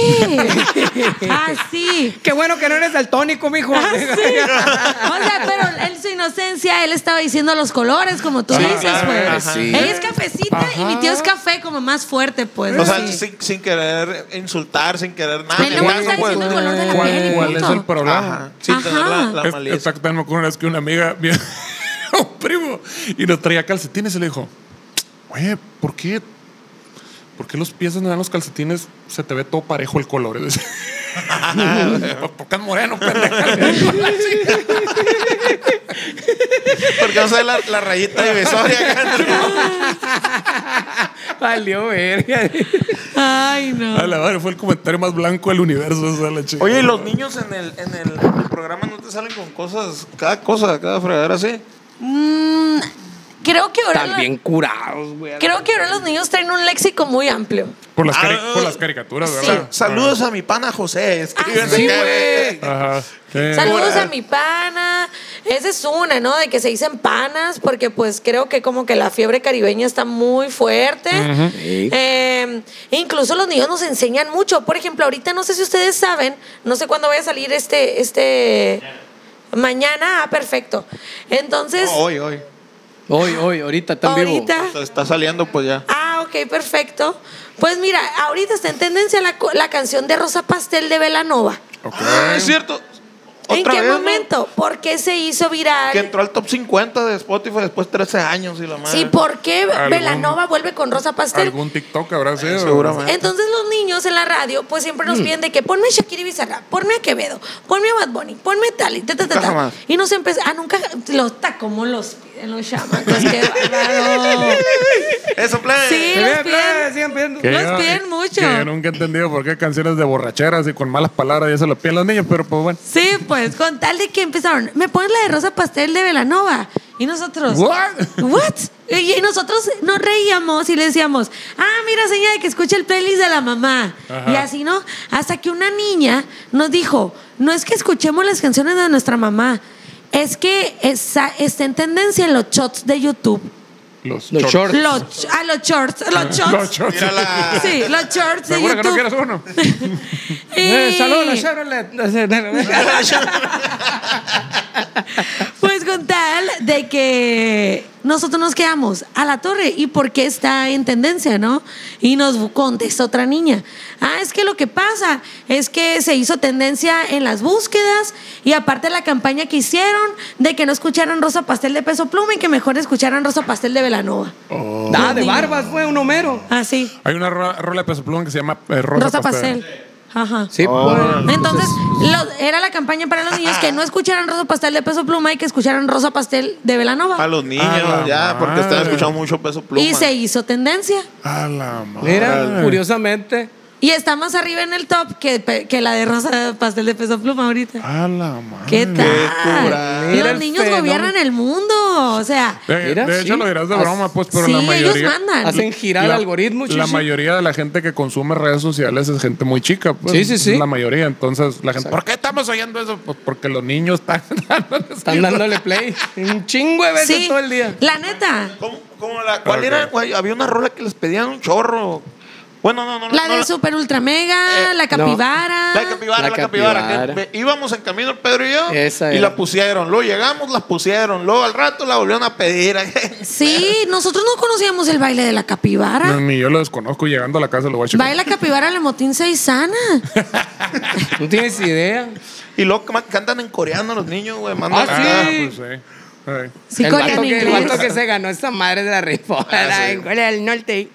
Así. Qué bueno que no eres daltónico, mijo. Así. O sea, pero en su inocencia él estaba diciendo los colores, como tú Sí, dices, claro, pues. ajá. Ella es cafecita y mi tío es café, como más fuerte, pues. O sea, así. sin, sin querer insultar, sin querer nada. Él no nada, me está diciendo el color de la ¿Cuál, piel. y cuál es punto. el problema? Ajá. Sin Ajá. tener la, la Es- malicia. Exacto, me acuerdo una vez que una amiga vi a un primo y nos traía calcetines y le dijo, oye, ¿por qué? ¿Por qué los pies donde dan los calcetines se te ve todo parejo el color? Y dice, "Pues Porque es moreno, pendeja. Porque no sé la, la rayita divisoria. acá. Valió verga. Ay, no. A la madre, fue el comentario más blanco del universo. o sea, la chingada. Oye, ¿y los niños en el, en, el, en el programa no te salen con cosas, cada cosa, cada fregadera así? Mm, creo que ahora. También curados, güey. Creo que ahora los niños traen un léxico muy amplio. Por las, cari- Ah. por las caricaturas, Sí. Ah, ¿verdad? Saludos a mi pana José. escriben sí, acá. güey. Ajá. Eh, Saludos a mi pana. Esa es una, ¿no? De que se dicen panas, porque pues creo que como que la fiebre caribeña está muy fuerte. Eh, incluso los niños nos enseñan mucho. Por ejemplo, ahorita no sé si ustedes saben, no sé cuándo vaya a salir este, este. Mañana, ah, perfecto. Entonces, No, hoy, hoy. Hoy, hoy, ahorita también. ahorita. Está- Está saliendo pues ya. Ah, ok, perfecto. Pues mira, ahorita está en tendencia la, co- la canción de Rosa Pastel de Belanova. ok. Ah, es cierto. ¿En otra qué vez, ¿no? momento? ¿Por qué se hizo viral? Que entró al top 50 de Spotify después de 13 años y la madre. Sí, ¿por qué Algún- Belanova vuelve con Rosa Pastel? Algún TikTok habrá sido. Seguramente. Entonces los niños en la radio pues siempre Mm. nos piden de que ponme a Shakira y Bizarra, ponme a Quevedo, ponme a Bad Bunny, ponme a tal y ta, ta, ta, Nunca ta. jamás. Y nos empezó, ah, nunca, los ta, como los piden los chamacos, qué bárbaro. Eso, play. Sí, Se los ve, piden, sigan pidiendo. Nos piden mucho. eh, Que yo nunca he entendido por qué canciones de borracheras y con malas palabras y eso lo piden los niños, pero pues bueno. Sí, pues, con tal de que empezaron, me pones la de Rosa Pastel de Velanova. Y nosotros, What? ¿What? Y y nosotros nos reíamos y le decíamos, ah, mira, señora, que escuche el playlist de la mamá. Ajá. Y así, ¿no? Hasta que una niña nos dijo, no es que escuchemos las canciones de nuestra mamá, es que esa- está en tendencia en los shots de YouTube. Los, Los shorts. Los, a los shorts, los shorts. Los shorts. Mírala. Sí, los shorts de ¿Seguro que no quieres YouTube. uno? Eh, Y- Saludos a Chevrolet. Pues con tal de que nosotros nos quedamos a la torre y por qué está en tendencia, ¿no? Y nos contesta otra niña. Ah, es que lo que pasa es que se hizo tendencia en las búsquedas y aparte la campaña que hicieron de que no escucharan Rosa Pastel de Peso Pluma y que mejor escucharan Rosa Pastel de Velanova. Ah, de barbas fue un Homero. Así. Hay una ro- rola de peso pluma que se llama eh, Rosa, Rosa, Pastel. Ajá. Sí, Oh. pues. Entonces, lo- era la campaña para los niños que no escucharan Rosa Pastel de Peso Pluma y que escucharan Rosa Pastel de Velanova. Para los niños, Ah, la ya, porque están madre. escuchando mucho peso pluma. Y se hizo tendencia. A la madre. pues, Mira, curiosamente. Y está más arriba en el top que, pe- que la de Rosa Pastel de Peso Pluma ahorita. A la madre. ¿Qué cura. tal? Mira Los el niños fenómeno. gobiernan el mundo. O sea, De, Mira, Eh, de hecho, sí. lo dirás de As- broma, pues, pero sí, la mayoría. ellos mandan. Hacen girar el algoritmo, La chichi. mayoría de la gente que consume redes sociales es gente muy chica. Pues, Sí, sí, sí. La mayoría. Entonces, la gente. ¿Por qué estamos oyendo eso? Pues porque los niños están. Están dándole play un chingo de veces sí, todo el día. la neta. ¿Cómo, cómo la, ¿Cuál Ok. era? güey? Había una rola que les pedían un chorro. Bueno, no, no. no, La no, de Super Ultra Mega, Eh, la capibara. La capibara, La la, capibara. capibara. que ve- íbamos en camino Pedro y yo Esa y era. la pusieron. Luego llegamos, las pusieron. Luego al rato la volvieron a pedir. Sí, nosotros no conocíamos el baile de la capibara. No, ni yo lo desconozco. Llegando a la casa lo voy a checar. Ah. Baila capibara la motín seisana. No tienes idea. y luego ca- cantan en coreano los niños, güey. Ah, mandan acá. sí. pues, sí. Ay. Sí, el, coreano vato que, el inglés. vato que se ganó esta madre de la rifa. Ah, Era en Corea del Norte. y-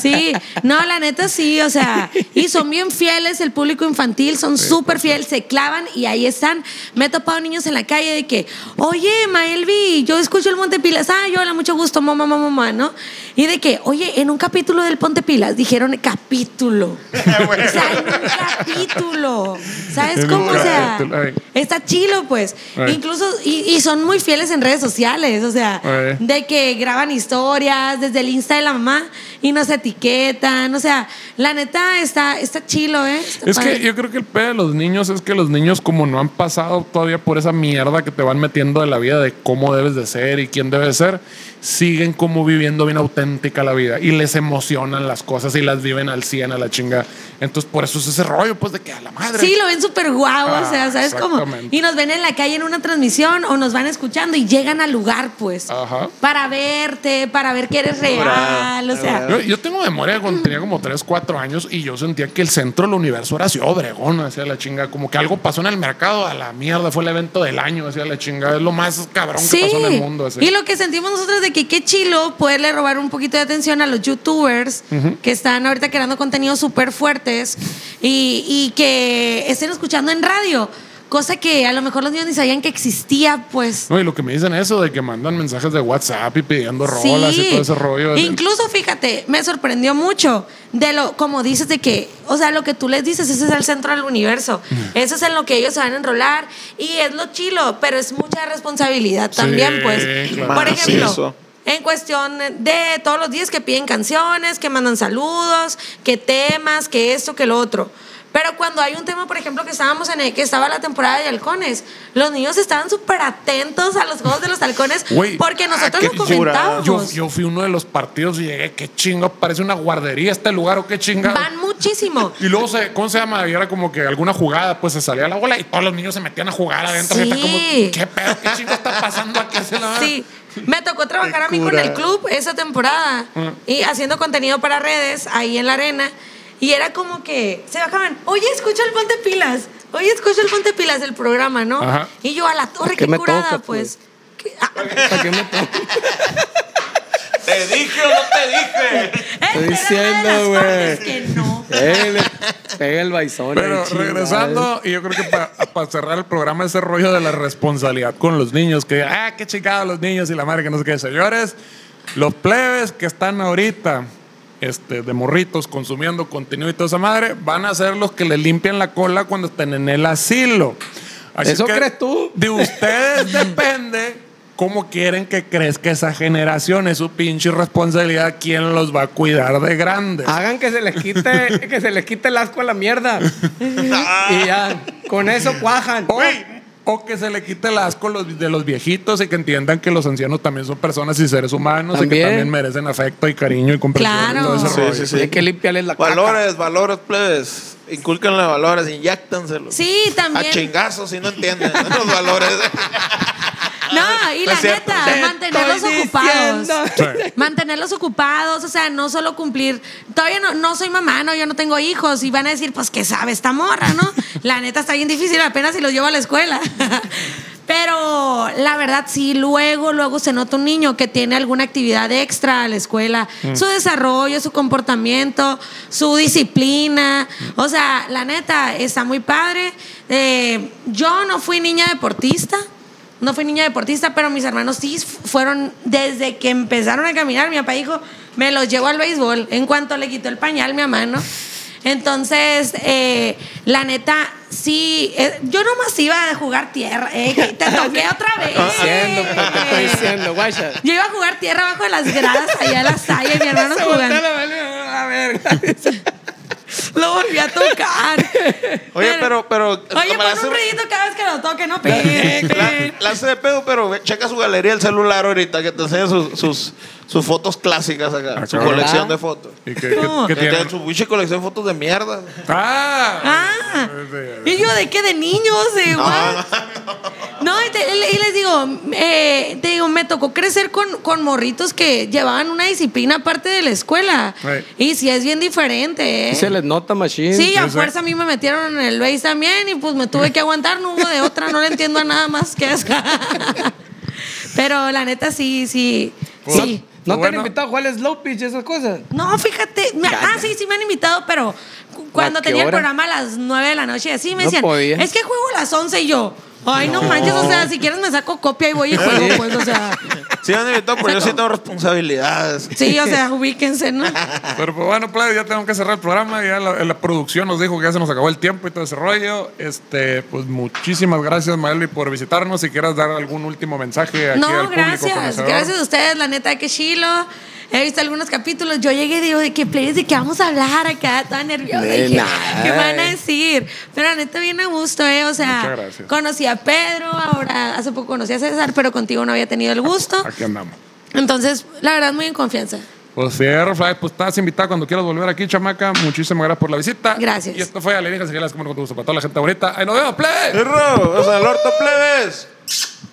Sí, no, la neta sí, o sea, y son bien fieles el público infantil, son súper fieles, se clavan y ahí están. Me he topado niños en la calle de que, oye, Maelvi, yo escucho el Monte Pilas, ah, yo, hola, mucho gusto, mamá, mamá, mamá, ¿no? Y de que, oye, en un capítulo del Ponte Pilas dijeron capítulo. O sea, en un capítulo. ¿Sabes Ah, En cómo? un O sea, capítulo, ay. está chilo, pues. Ay. Incluso, y, y son muy fieles en redes sociales, o sea, Ay. de que graban historias desde el Insta de la mamá y nos etiquetan. O sea, la neta está, está chilo, ¿eh? Está Es que padre. yo creo que el pedo de los niños es que los niños como no han pasado todavía por esa mierda que te van metiendo de la vida de cómo debes de ser y quién debes ser, siguen como viviendo bien auténtica la vida y les emocionan las cosas y las viven al 100 a la chinga. Entonces por eso es ese rollo pues de que a la madre. Sí, lo ven súper guau, o Ah, sea, ¿sabes cómo? exactamente. Y nos ven en la calle en una transmisión o nos van escuchando y llegan al lugar, pues, Ajá. para verte, para ver que eres real, o sea. Yo, yo tengo memoria de cuando tenía como 3, 4 años y yo sentía que el centro del universo era Ciudad Obregón, hacia la chinga. Como que algo pasó en el mercado, a la mierda, fue el evento del año, hacia la chinga. Es lo más cabrón Sí. que pasó en el mundo. así. Y lo que sentimos nosotros de que qué chilo poderle robar un poquito de atención a los youtubers que están ahorita creando contenidos súper fuertes y, y que estén escuchando en radio. Cosa que a lo mejor los niños ni sabían que existía, pues. No, y lo que me dicen eso de que mandan mensajes de WhatsApp y pidiendo rolas y todo ese rollo. Incluso, fíjate, me sorprendió mucho de lo, como dices, de que, o sea, lo que tú les dices, ese es el centro del universo. Mm. Eso es en lo que ellos se van a enrolar y es lo chilo, pero es mucha responsabilidad Sí, también, pues. claro. Por ejemplo. Macizo. En cuestión de todos los días que piden canciones, que mandan saludos, que temas, que esto, que lo otro. Pero cuando hay un tema, por ejemplo, que estábamos en el que estaba la temporada de halcones, los niños estaban súper atentos a los juegos de los halcones Güey, porque nosotros ah, lo qué comentábamos. yo, yo fui uno de los partidos y llegué, qué chingo, parece una guardería este lugar o qué chingado. Van muchísimo. Y luego, se, ¿cómo se llama? Y era como que alguna jugada, pues se salía la bola y todos los niños se metían a jugar adentro. Sí. Gente, como, ¿qué pedo? ¿Qué chingo está pasando aquí? Se la- Sí. Me tocó trabajar a mí con el club esa temporada y haciendo contenido para redes ahí en la arena. Y era como que se bajaban, oye, escucha el Ponte Pilas, oye, escucha el Ponte Pilas del programa, ¿no? Ajá. Y yo a la ¿Para torre, qué qué me curada, tocas, pues. pues? ¿Qué? Ah, ¿Para qué me to- ¿Te dije o no te dije? Estoy diciendo, güey. que no. Eh, le pega el baizón. Pero ahí, chingada. regresando, ¿eh? y yo creo que para cerrar el programa, ese rollo de la responsabilidad con los niños, que, ah, qué chingados los niños y la madre que no sé qué, señores, los plebes que están ahorita este, de morritos consumiendo contenido y toda esa madre, van a ser los que le limpian la cola cuando estén en el asilo. Así ¿Eso que crees tú? De ustedes depende cómo quieren que crezca esa generación. Es su pinche responsabilidad quién los va a cuidar de grandes. Hagan que se les quite, que se les quite el asco a la mierda. y ya, con eso cuajan. O, o que se le quite el asco los- de los viejitos y que entiendan que los ancianos también son personas y seres humanos y que También. también merecen afecto y cariño y comprensión. y Claro. todo ese Sí, rollo. sí, sí. Hay que limpiarles la caca. Valores, valores, plebes. Inculquenle valores, inyáctanselos. Sí, también. A chingazos si no entienden los valores. No, y No la es cierto. neta, Te mantenerlos estoy ocupados. diciendo. Sí. Mantenerlos ocupados, o sea, no solo cumplir. Todavía no, no soy mamá, no, yo no tengo hijos. Y van a decir, pues, ¿qué sabe esta morra, no? La neta está bien difícil, apenas si los llevo a la escuela. Pero la verdad, sí, luego, luego se nota un niño que tiene alguna actividad extra a la escuela, su desarrollo, su comportamiento, su disciplina. O sea, la neta, está muy padre. Eh, yo no fui niña deportista. No fui niña deportista, pero mis hermanos sí f- fueron desde que empezaron a caminar. Mi papá dijo, me los llevo al béisbol. En cuanto le quitó el pañal, mi mamá, ¿no? Entonces, eh, la neta, sí, eh, yo nomás iba a jugar tierra. Ey, que te toqué otra vez. Eh. Diciendo, pues, te estoy diciendo, guacha. Yo iba a jugar tierra abajo de las gradas allá en la saya y mi hermano Se voltea jugando. la verga, a ver. Lo volví a tocar. Oye, pero- pero- Oye, cámara, pon un se- ruidito cada vez que lo toque, no la, pegues. la hace de pedo, pero ve- checa su galería del celular ahorita que te enseña sus, sus, sus fotos clásicas acá. Ah, su cabrón. colección ¿Verdad? de fotos. Y que, que- ¿Cómo? que Que tiene tienen- su pinche colección de fotos de mierda. Ah, Ah. ¿Y yo de qué? ¿De niños? ¿De what? No, y, te- y les digo, eh, te digo, me tocó crecer con, con morritos que llevaban una disciplina aparte de la escuela. Right. Y sí, es bien diferente. ¿eh? Se les nota, machine. Sí, a Sí, sí. fuerza a mí me metieron en el base también y pues me tuve que aguantar, no hubo de otra, no le entiendo a nada más que eso. Pero la neta sí, sí, Pues, sí. ¿No te Bueno. han invitado a jugar al slow pitch y esas cosas? No, fíjate. me- Ya, ah, ya. sí, sí me han invitado, pero cu- cuando ¿A qué tenía el hora? programa a las 9 de la noche, así me No decían, podía. es que juego a las 11 y yo. Ay, no. manches, o sea, si quieres me saco copia y voy y juego, pues, o sea. Sí, me han invitado, pero yo sí tengo responsabilidades. Sí, o sea, ubíquense, ¿no? Pero pues, bueno, plebe, ya tenemos que cerrar el programa. Ya la, la producción nos dijo que ya se nos acabó el tiempo y todo ese rollo. Este, pues muchísimas gracias, Maeli, por visitarnos. Si quieras dar algún último mensaje aquí al No, público gracias. conocedor. Gracias a ustedes, la neta, que chilo. He visto algunos capítulos. Yo llegué y digo, ¿de qué players? ¿De qué vamos a hablar acá? Estaba nerviosa. De Dije, nada. ¿Qué van a decir? Pero la neta, bien a gusto, ¿eh? O sea, Muchas gracias. conocí a Pedro, ahora hace poco conocí a César, pero contigo no había tenido el gusto. Aquí andamos. Entonces, la verdad, muy en confianza. Pues fierro, Fly, pues estás invitada cuando quieras volver aquí, chamaca. Muchísimas gracias por la visita. Gracias. Y esto fue Alienígenas y las como con tu gusto para toda la gente bonita. ¡Ahí nos vemos, play! Perro, o sea, el orto plebes.